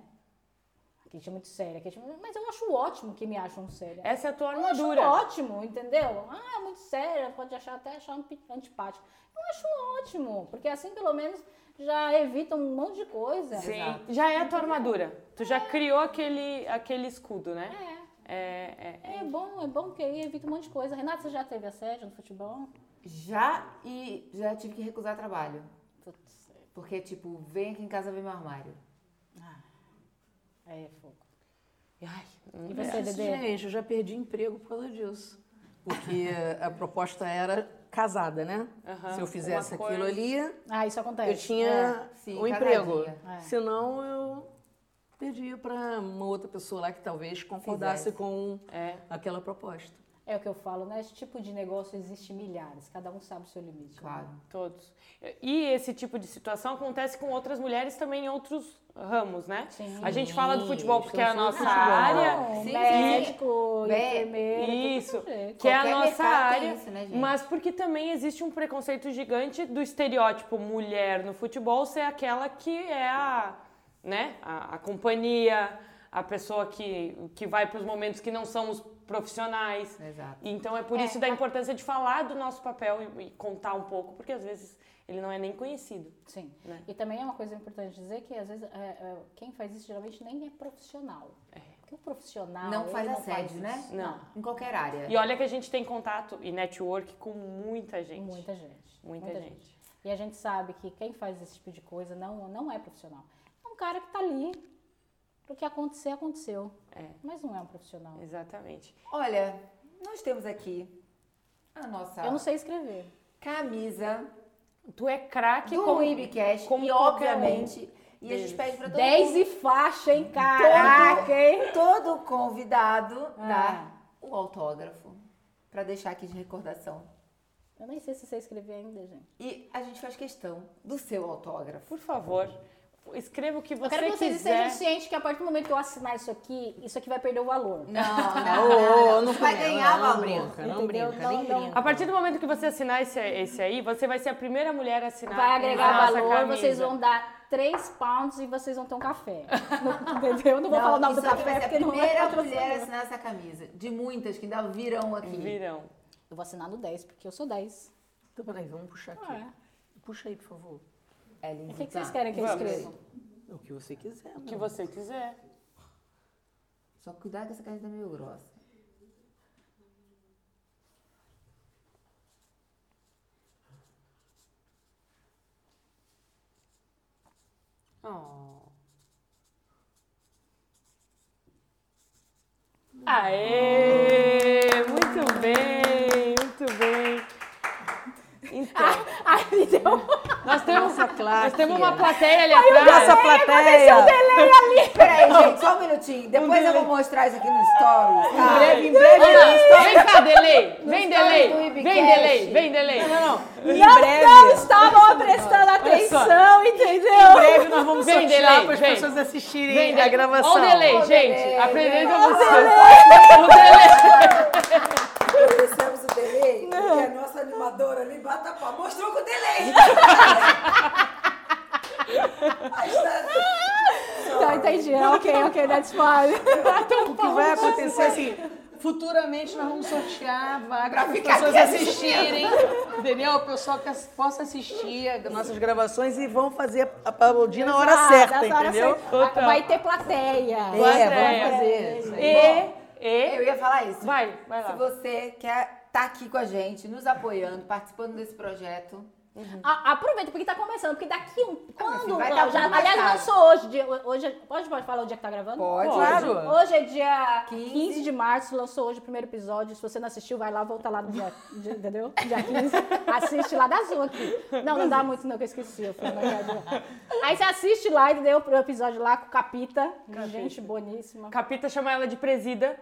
Speaker 4: A Kate é muito séria, a Kate... mas eu acho ótimo que me acham séria.
Speaker 2: Essa é a tua
Speaker 4: Eu acho
Speaker 2: armadura.
Speaker 4: ótimo, entendeu? Ah, é muito séria, pode achar até achar um pi- antipático. Eu acho ótimo, porque assim pelo menos já evita um monte de coisa.
Speaker 2: Sim,
Speaker 1: Exato.
Speaker 2: já é a tua armadura. Tu já criou aquele, aquele escudo, né?
Speaker 4: É.
Speaker 2: É, é.
Speaker 4: É bom, é bom que aí evita um monte de coisa. Renata, você já teve assédio no futebol?
Speaker 1: Já e já tive que recusar trabalho.
Speaker 4: Putz,
Speaker 1: Porque, tipo, vem aqui em casa ver meu armário.
Speaker 4: é fogo.
Speaker 2: Ai,
Speaker 4: E
Speaker 2: hum,
Speaker 4: você, Dedê?
Speaker 3: é Gente, eu já perdi emprego por causa disso. Porque a proposta era casada, né?
Speaker 2: Aham.
Speaker 3: Se eu fizesse
Speaker 2: Uma
Speaker 3: aquilo
Speaker 2: coisa-
Speaker 3: ali,
Speaker 4: Ah, isso acontece.
Speaker 3: eu tinha
Speaker 1: É, sim,
Speaker 3: o emprego.
Speaker 1: casadinha.
Speaker 4: É.
Speaker 3: Senão eu perdia para uma outra pessoa lá que talvez concordasse
Speaker 1: Fizesse.
Speaker 3: com
Speaker 2: é.
Speaker 3: aquela proposta.
Speaker 4: É o que eu falo, né? Esse tipo de negócio existe milhares, cada um sabe o seu limite. né?
Speaker 1: Claro.
Speaker 2: Todos. E esse tipo de situação acontece com outras mulheres também em outros ramos, né?
Speaker 4: Sim.
Speaker 2: A gente fala do futebol porque é a
Speaker 3: Sim,
Speaker 2: nossa
Speaker 3: futebol.
Speaker 2: área.
Speaker 4: Não,
Speaker 1: Sim,
Speaker 4: médico,
Speaker 1: sim. Bem,
Speaker 4: enfermeiro,
Speaker 2: Isso,
Speaker 4: tudo jeito.
Speaker 2: que é a
Speaker 1: Qualquer
Speaker 2: nossa
Speaker 1: mercado tem
Speaker 2: área,
Speaker 1: isso, né, gente?
Speaker 2: mas porque também existe um preconceito gigante do estereótipo mulher no futebol ser aquela que é a, né, a, a companhia, a pessoa que, que vai para os momentos que não são os profissionais.
Speaker 1: Exato.
Speaker 2: Então é por
Speaker 4: É,
Speaker 2: isso da importância de falar do nosso papel e, e contar um pouco, porque às vezes ele não é nem conhecido.
Speaker 4: Sim.
Speaker 2: Né?
Speaker 4: E também é uma coisa importante dizer que às vezes é, é, quem faz isso geralmente nem é profissional. Porque o profissional
Speaker 1: Não
Speaker 4: ele
Speaker 1: faz assédio,
Speaker 4: isso.
Speaker 1: né?
Speaker 2: Não.
Speaker 1: Em qualquer área.
Speaker 2: E olha que a gente tem contato e network com muita gente.
Speaker 4: Muita gente.
Speaker 2: Muita gente.
Speaker 4: E a gente sabe que quem faz esse tipo de coisa não, não é profissional. É um cara que tá ali. O que acontecer, aconteceu.
Speaker 2: É.
Speaker 4: Mas não é um profissional.
Speaker 2: Exatamente.
Speaker 1: Olha, nós temos aqui a nossa
Speaker 4: Eu não sei escrever.
Speaker 1: camisa
Speaker 2: Tu é craque
Speaker 1: do
Speaker 2: como
Speaker 1: Webcast
Speaker 2: como
Speaker 1: e,
Speaker 2: qualquer um
Speaker 1: obviamente, e a
Speaker 2: deles.
Speaker 1: gente pede pra todo
Speaker 4: 10 e faixa, hein? Caraca, hein?
Speaker 1: todo convidado
Speaker 4: Ah.
Speaker 1: dá o autógrafo pra deixar aqui de recordação.
Speaker 4: Eu nem sei se você escrever ainda, gente.
Speaker 1: E a gente faz questão do seu autógrafo.
Speaker 2: Por favor. escreva o que
Speaker 4: Eu
Speaker 2: você
Speaker 4: quero que vocês
Speaker 2: quiser.
Speaker 4: estejam cientes que a partir do momento que eu assinar isso aqui, isso aqui vai perder o valor.
Speaker 1: Ah, Não,
Speaker 3: Ô,
Speaker 1: não, não.
Speaker 3: não
Speaker 1: Vai
Speaker 3: brinca,
Speaker 1: ganhar
Speaker 3: não
Speaker 1: valor.
Speaker 3: brinca, não
Speaker 4: entendeu?
Speaker 3: brinca, nem
Speaker 4: Não, não.
Speaker 2: A
Speaker 3: brinca.
Speaker 2: partir do momento que você assinar esse, esse aí, você vai ser a primeira mulher a assinar.
Speaker 4: Vai agregar
Speaker 2: a Ah, nossa
Speaker 4: valor,
Speaker 2: camisa.
Speaker 4: vocês vão dar 3 pounds e vocês vão ter um café. Entendeu? Eu não vou falar o nome do
Speaker 1: isso aqui
Speaker 4: café
Speaker 1: vai ser a
Speaker 4: porque não é
Speaker 1: primeira
Speaker 4: patrocinador.
Speaker 1: mulher a assinar essa camisa. De muitas que ainda virão aqui.
Speaker 4: Uhum.
Speaker 2: Virão.
Speaker 4: Eu vou assinar no 10, porque eu sou 10.
Speaker 3: Então, peraí, vamos puxar aqui.
Speaker 4: Ah,
Speaker 3: Puxa aí, por favor.
Speaker 1: Ellen
Speaker 4: O que, que
Speaker 1: Vittar.
Speaker 4: vocês querem que eu
Speaker 2: Vamos.
Speaker 4: escreva?
Speaker 3: É O que você quiser.
Speaker 2: O que
Speaker 3: amor.
Speaker 2: você quiser.
Speaker 1: Só cuidado que essa caneta é meio grossa.
Speaker 2: Oh. Aê! Muito bem, muito bem. Então,
Speaker 4: Ai, me deu
Speaker 2: nós temos,
Speaker 3: Nossa, Clark.
Speaker 2: nós temos uma plateia ali
Speaker 3: Nossa
Speaker 2: atrás.
Speaker 1: é
Speaker 3: plateia.
Speaker 1: Peraí, gente, só um minutinho. Depois eu vou mostrar isso aqui no stories. tá?
Speaker 3: Em breve,
Speaker 2: Olha lá, Vem cá, delay! Vem
Speaker 1: stories
Speaker 2: delay!
Speaker 1: do
Speaker 2: Vem
Speaker 1: Ibicast.
Speaker 2: delay! Vem delay!
Speaker 3: em breve,
Speaker 4: estavam prestando atenção,
Speaker 3: em
Speaker 4: entendeu?
Speaker 3: breve nós vamos
Speaker 2: Vem,
Speaker 3: sortear
Speaker 2: delay,
Speaker 3: para as
Speaker 2: vem.
Speaker 3: pessoas assistirem
Speaker 2: Vem
Speaker 3: a
Speaker 2: delay.
Speaker 3: gravação.
Speaker 2: Olha o delay,
Speaker 1: Ó o
Speaker 2: gente!
Speaker 1: delay,
Speaker 2: Apresenta
Speaker 1: delay.
Speaker 2: vocês! O delay!
Speaker 1: Começamos o delay, porque a nossa animadora ali bata pau. Mostrou com o delay. Mas tá-
Speaker 4: Tá, entendi. Ok, ok, that's fine.
Speaker 3: O que vai acontecer assim? Futuramente nós vamos sortear vagas para as
Speaker 1: ficar
Speaker 3: pessoas
Speaker 1: aqui
Speaker 3: assistirem, entendeu? O pessoal que as- possa assistir as nossas gravações e vão fazer a parodinha na hora certa,
Speaker 4: Ah, That's hora
Speaker 3: entendeu?
Speaker 4: certa.
Speaker 2: Total.
Speaker 4: Vai ter plateia.
Speaker 2: Plateia.
Speaker 3: É, vamos fazer. isso aí.
Speaker 2: E, e...
Speaker 1: Eu ia falar isso.
Speaker 2: Vai, vai
Speaker 1: Se
Speaker 2: lá.
Speaker 1: você quer estar aqui com a gente, nos apoiando, participando desse projeto,
Speaker 4: A- aproveita, porque tá começando, porque daqui um. Quando?
Speaker 1: Ah, vai dar
Speaker 4: já,
Speaker 1: tudo
Speaker 4: aliás,
Speaker 1: marcado.
Speaker 4: lançou hoje. dia- hoje é- pode, pode falar o dia que tá gravando?
Speaker 1: pode.
Speaker 3: Claro.
Speaker 4: Hoje é dia
Speaker 1: 15.
Speaker 4: 15. de março, lançou hoje o primeiro episódio. Se você não assistiu, vai lá, volta lá no dia, dia- entendeu? Dia 15. Assiste lá da Zoom aqui. Não, não dá muito não, que eu esqueci. Eu fui na verdade. Aí você assiste lá, entendeu? O episódio lá com o Capita. Gente boníssima.
Speaker 2: Capita chama ela de presida.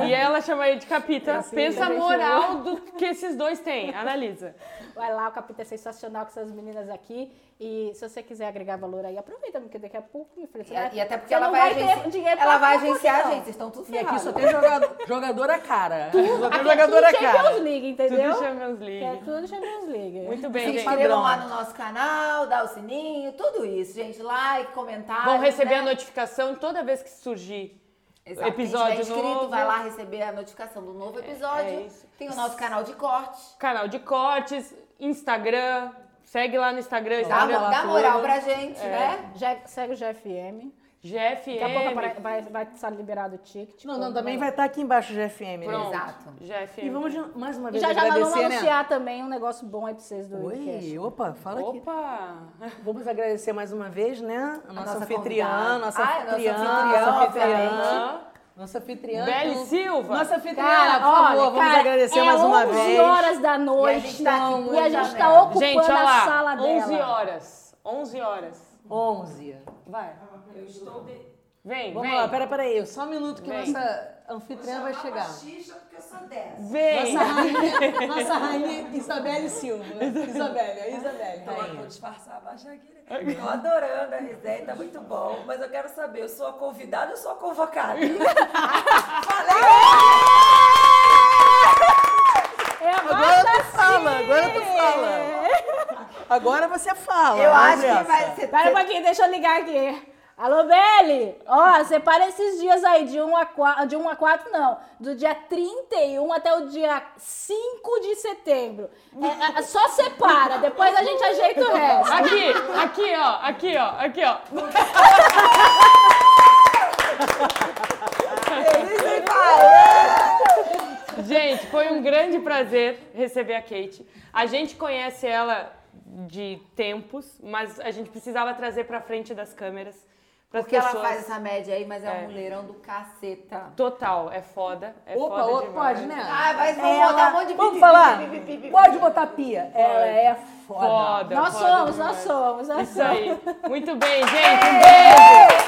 Speaker 2: E ela chama ele de capita.
Speaker 4: Capita,
Speaker 2: Pensa a
Speaker 4: gente,
Speaker 2: moral do que esses dois têm. Analisa.
Speaker 4: Vai lá, o Capita é sensacional com essas meninas aqui. E se você quiser agregar valor aí, aproveita, porque daqui a pouco, me filha, você
Speaker 1: E,
Speaker 4: vai-
Speaker 1: e até porque
Speaker 4: você
Speaker 1: ela
Speaker 4: não
Speaker 1: vai,
Speaker 4: ter
Speaker 1: agenci-
Speaker 4: dinheiro pra
Speaker 1: ela vai
Speaker 4: comprar um
Speaker 1: agenciar a
Speaker 4: não.
Speaker 1: gente, vocês estão tudo
Speaker 3: E aqui só
Speaker 1: ferrados.
Speaker 3: tem jogador, jogadora cara. Só tem
Speaker 4: Aqui é
Speaker 3: jogadora
Speaker 4: tudo
Speaker 3: cara.
Speaker 4: Champions League,
Speaker 2: Tudo
Speaker 4: entendeu?
Speaker 2: Champions League.
Speaker 4: É tudo Champions League.
Speaker 2: Muito
Speaker 1: Se
Speaker 2: bem, gente.
Speaker 3: fala-
Speaker 1: inscrevam
Speaker 3: padrão.
Speaker 1: lá no nosso canal, dá o sininho, tudo isso, gente. Like, comentário.
Speaker 2: Vão receber a
Speaker 1: né?
Speaker 2: notificação toda vez que surgir.
Speaker 1: Exato.
Speaker 2: episódio
Speaker 1: Quem tiver inscrito
Speaker 2: novo.
Speaker 1: vai lá receber a notificação do novo episódio.
Speaker 2: é isso.
Speaker 1: Tem o nosso canal de corte.
Speaker 2: Canal de cortes, Instagram. Segue lá no Instagram.
Speaker 1: Dá,
Speaker 2: Instagram
Speaker 3: lá
Speaker 1: dá moral
Speaker 3: tudo.
Speaker 1: pra gente,
Speaker 2: É.
Speaker 1: né?
Speaker 4: Já segue o GFM.
Speaker 2: GFM.
Speaker 4: Daqui
Speaker 2: É,
Speaker 4: a pouco apare- vai, vai estar liberado o ticket.
Speaker 3: Não, não, também vai estar aqui embaixo de FM. né?
Speaker 2: Pronto.
Speaker 1: Exato.
Speaker 2: GFM.
Speaker 3: E vamos de- mais uma
Speaker 4: E
Speaker 3: vez
Speaker 4: já já nós vamos
Speaker 3: agradecer, né?
Speaker 4: anunciar também um negócio bom aí pra vocês do
Speaker 3: Oi,
Speaker 4: Webcast.
Speaker 3: opa, fala aqui.
Speaker 2: Opa!
Speaker 3: Vamos agradecer mais uma vez, né? A nossa,
Speaker 1: nossa
Speaker 3: anfitriã,
Speaker 1: convidada. Ah,
Speaker 3: nossa
Speaker 1: é, nossa
Speaker 3: anfitriã,
Speaker 1: anfitriã,
Speaker 3: nossa anfitriã.
Speaker 1: obviamente.
Speaker 3: Nossa anfitriã.
Speaker 2: Beli
Speaker 3: então-
Speaker 2: Silva.
Speaker 3: Nossa anfitriã,
Speaker 4: Cara,
Speaker 3: por favor,
Speaker 4: olha,
Speaker 3: vamos
Speaker 4: cara,
Speaker 3: agradecer
Speaker 4: é
Speaker 3: mais uma
Speaker 4: 11
Speaker 3: vez.
Speaker 4: horas da noite.
Speaker 1: gente tá aqui
Speaker 4: e a
Speaker 1: muito
Speaker 4: gente
Speaker 1: bem.
Speaker 4: tá ocupando
Speaker 2: Gente, olha
Speaker 4: a sala
Speaker 2: lá.
Speaker 4: dela.
Speaker 2: 11 horas. 11 horas.
Speaker 3: 11.
Speaker 2: Vai. Eu estou
Speaker 5: Uhum.
Speaker 2: Vem,
Speaker 3: Vamos
Speaker 2: vem.
Speaker 3: lá, pera, pera aí, só um minuto que
Speaker 2: Vem.
Speaker 3: nossa anfitriã vai chegar.
Speaker 2: Vem.
Speaker 3: Nossa rainha, nossa rainha Isabelle Silva. Isabelle, a Isabelle.
Speaker 5: Então, Vou
Speaker 3: rainha.
Speaker 5: disfarçar, baixa aqui. né? Tô adorando a resenha, tá muito bom. Mas eu quero saber, eu sou a convidada ou sou a convocada?
Speaker 4: É
Speaker 3: Agora tu
Speaker 4: assim.
Speaker 3: fala, agora tu fala. Agora você fala.
Speaker 1: Eu acho
Speaker 3: vamos
Speaker 1: que vai
Speaker 3: nessa.
Speaker 1: ser.
Speaker 4: Pera um pouquinho, deixa eu ligar aqui. Alô, Beli! Ó, separa esses dias aí, de 1 a 4, de 1 a 4 não, do dia 31 até o dia 5 de setembro. É, é, só separa, depois a gente ajeita o resto.
Speaker 2: Aqui, aqui, ó, aqui, ó, aqui, ó. Gente, foi um grande prazer receber a Kate. A gente conhece ela de tempos, mas a gente precisava trazer pra frente das câmeras. Pras
Speaker 1: Porque ela
Speaker 2: pessoas.
Speaker 1: faz essa média aí, mas é, um mulherão do caceta.
Speaker 2: Total, é foda. É
Speaker 3: Opa,
Speaker 2: foda
Speaker 3: opa,
Speaker 2: demais.
Speaker 3: pode, né?
Speaker 1: Ah, vai
Speaker 4: É
Speaker 1: vamos
Speaker 3: Ela-
Speaker 1: botar um monte de
Speaker 3: Vamos
Speaker 1: pi, pi,
Speaker 3: falar?
Speaker 1: pi, pi, pi, pi, pi.
Speaker 3: Pode botar pia. Ela é foda.
Speaker 2: Foda.
Speaker 4: Nós
Speaker 2: foda
Speaker 4: somos,
Speaker 2: demais.
Speaker 4: nós somos, nós
Speaker 2: Isso
Speaker 4: somos.
Speaker 2: aí. Muito bem, gente. Um beijo.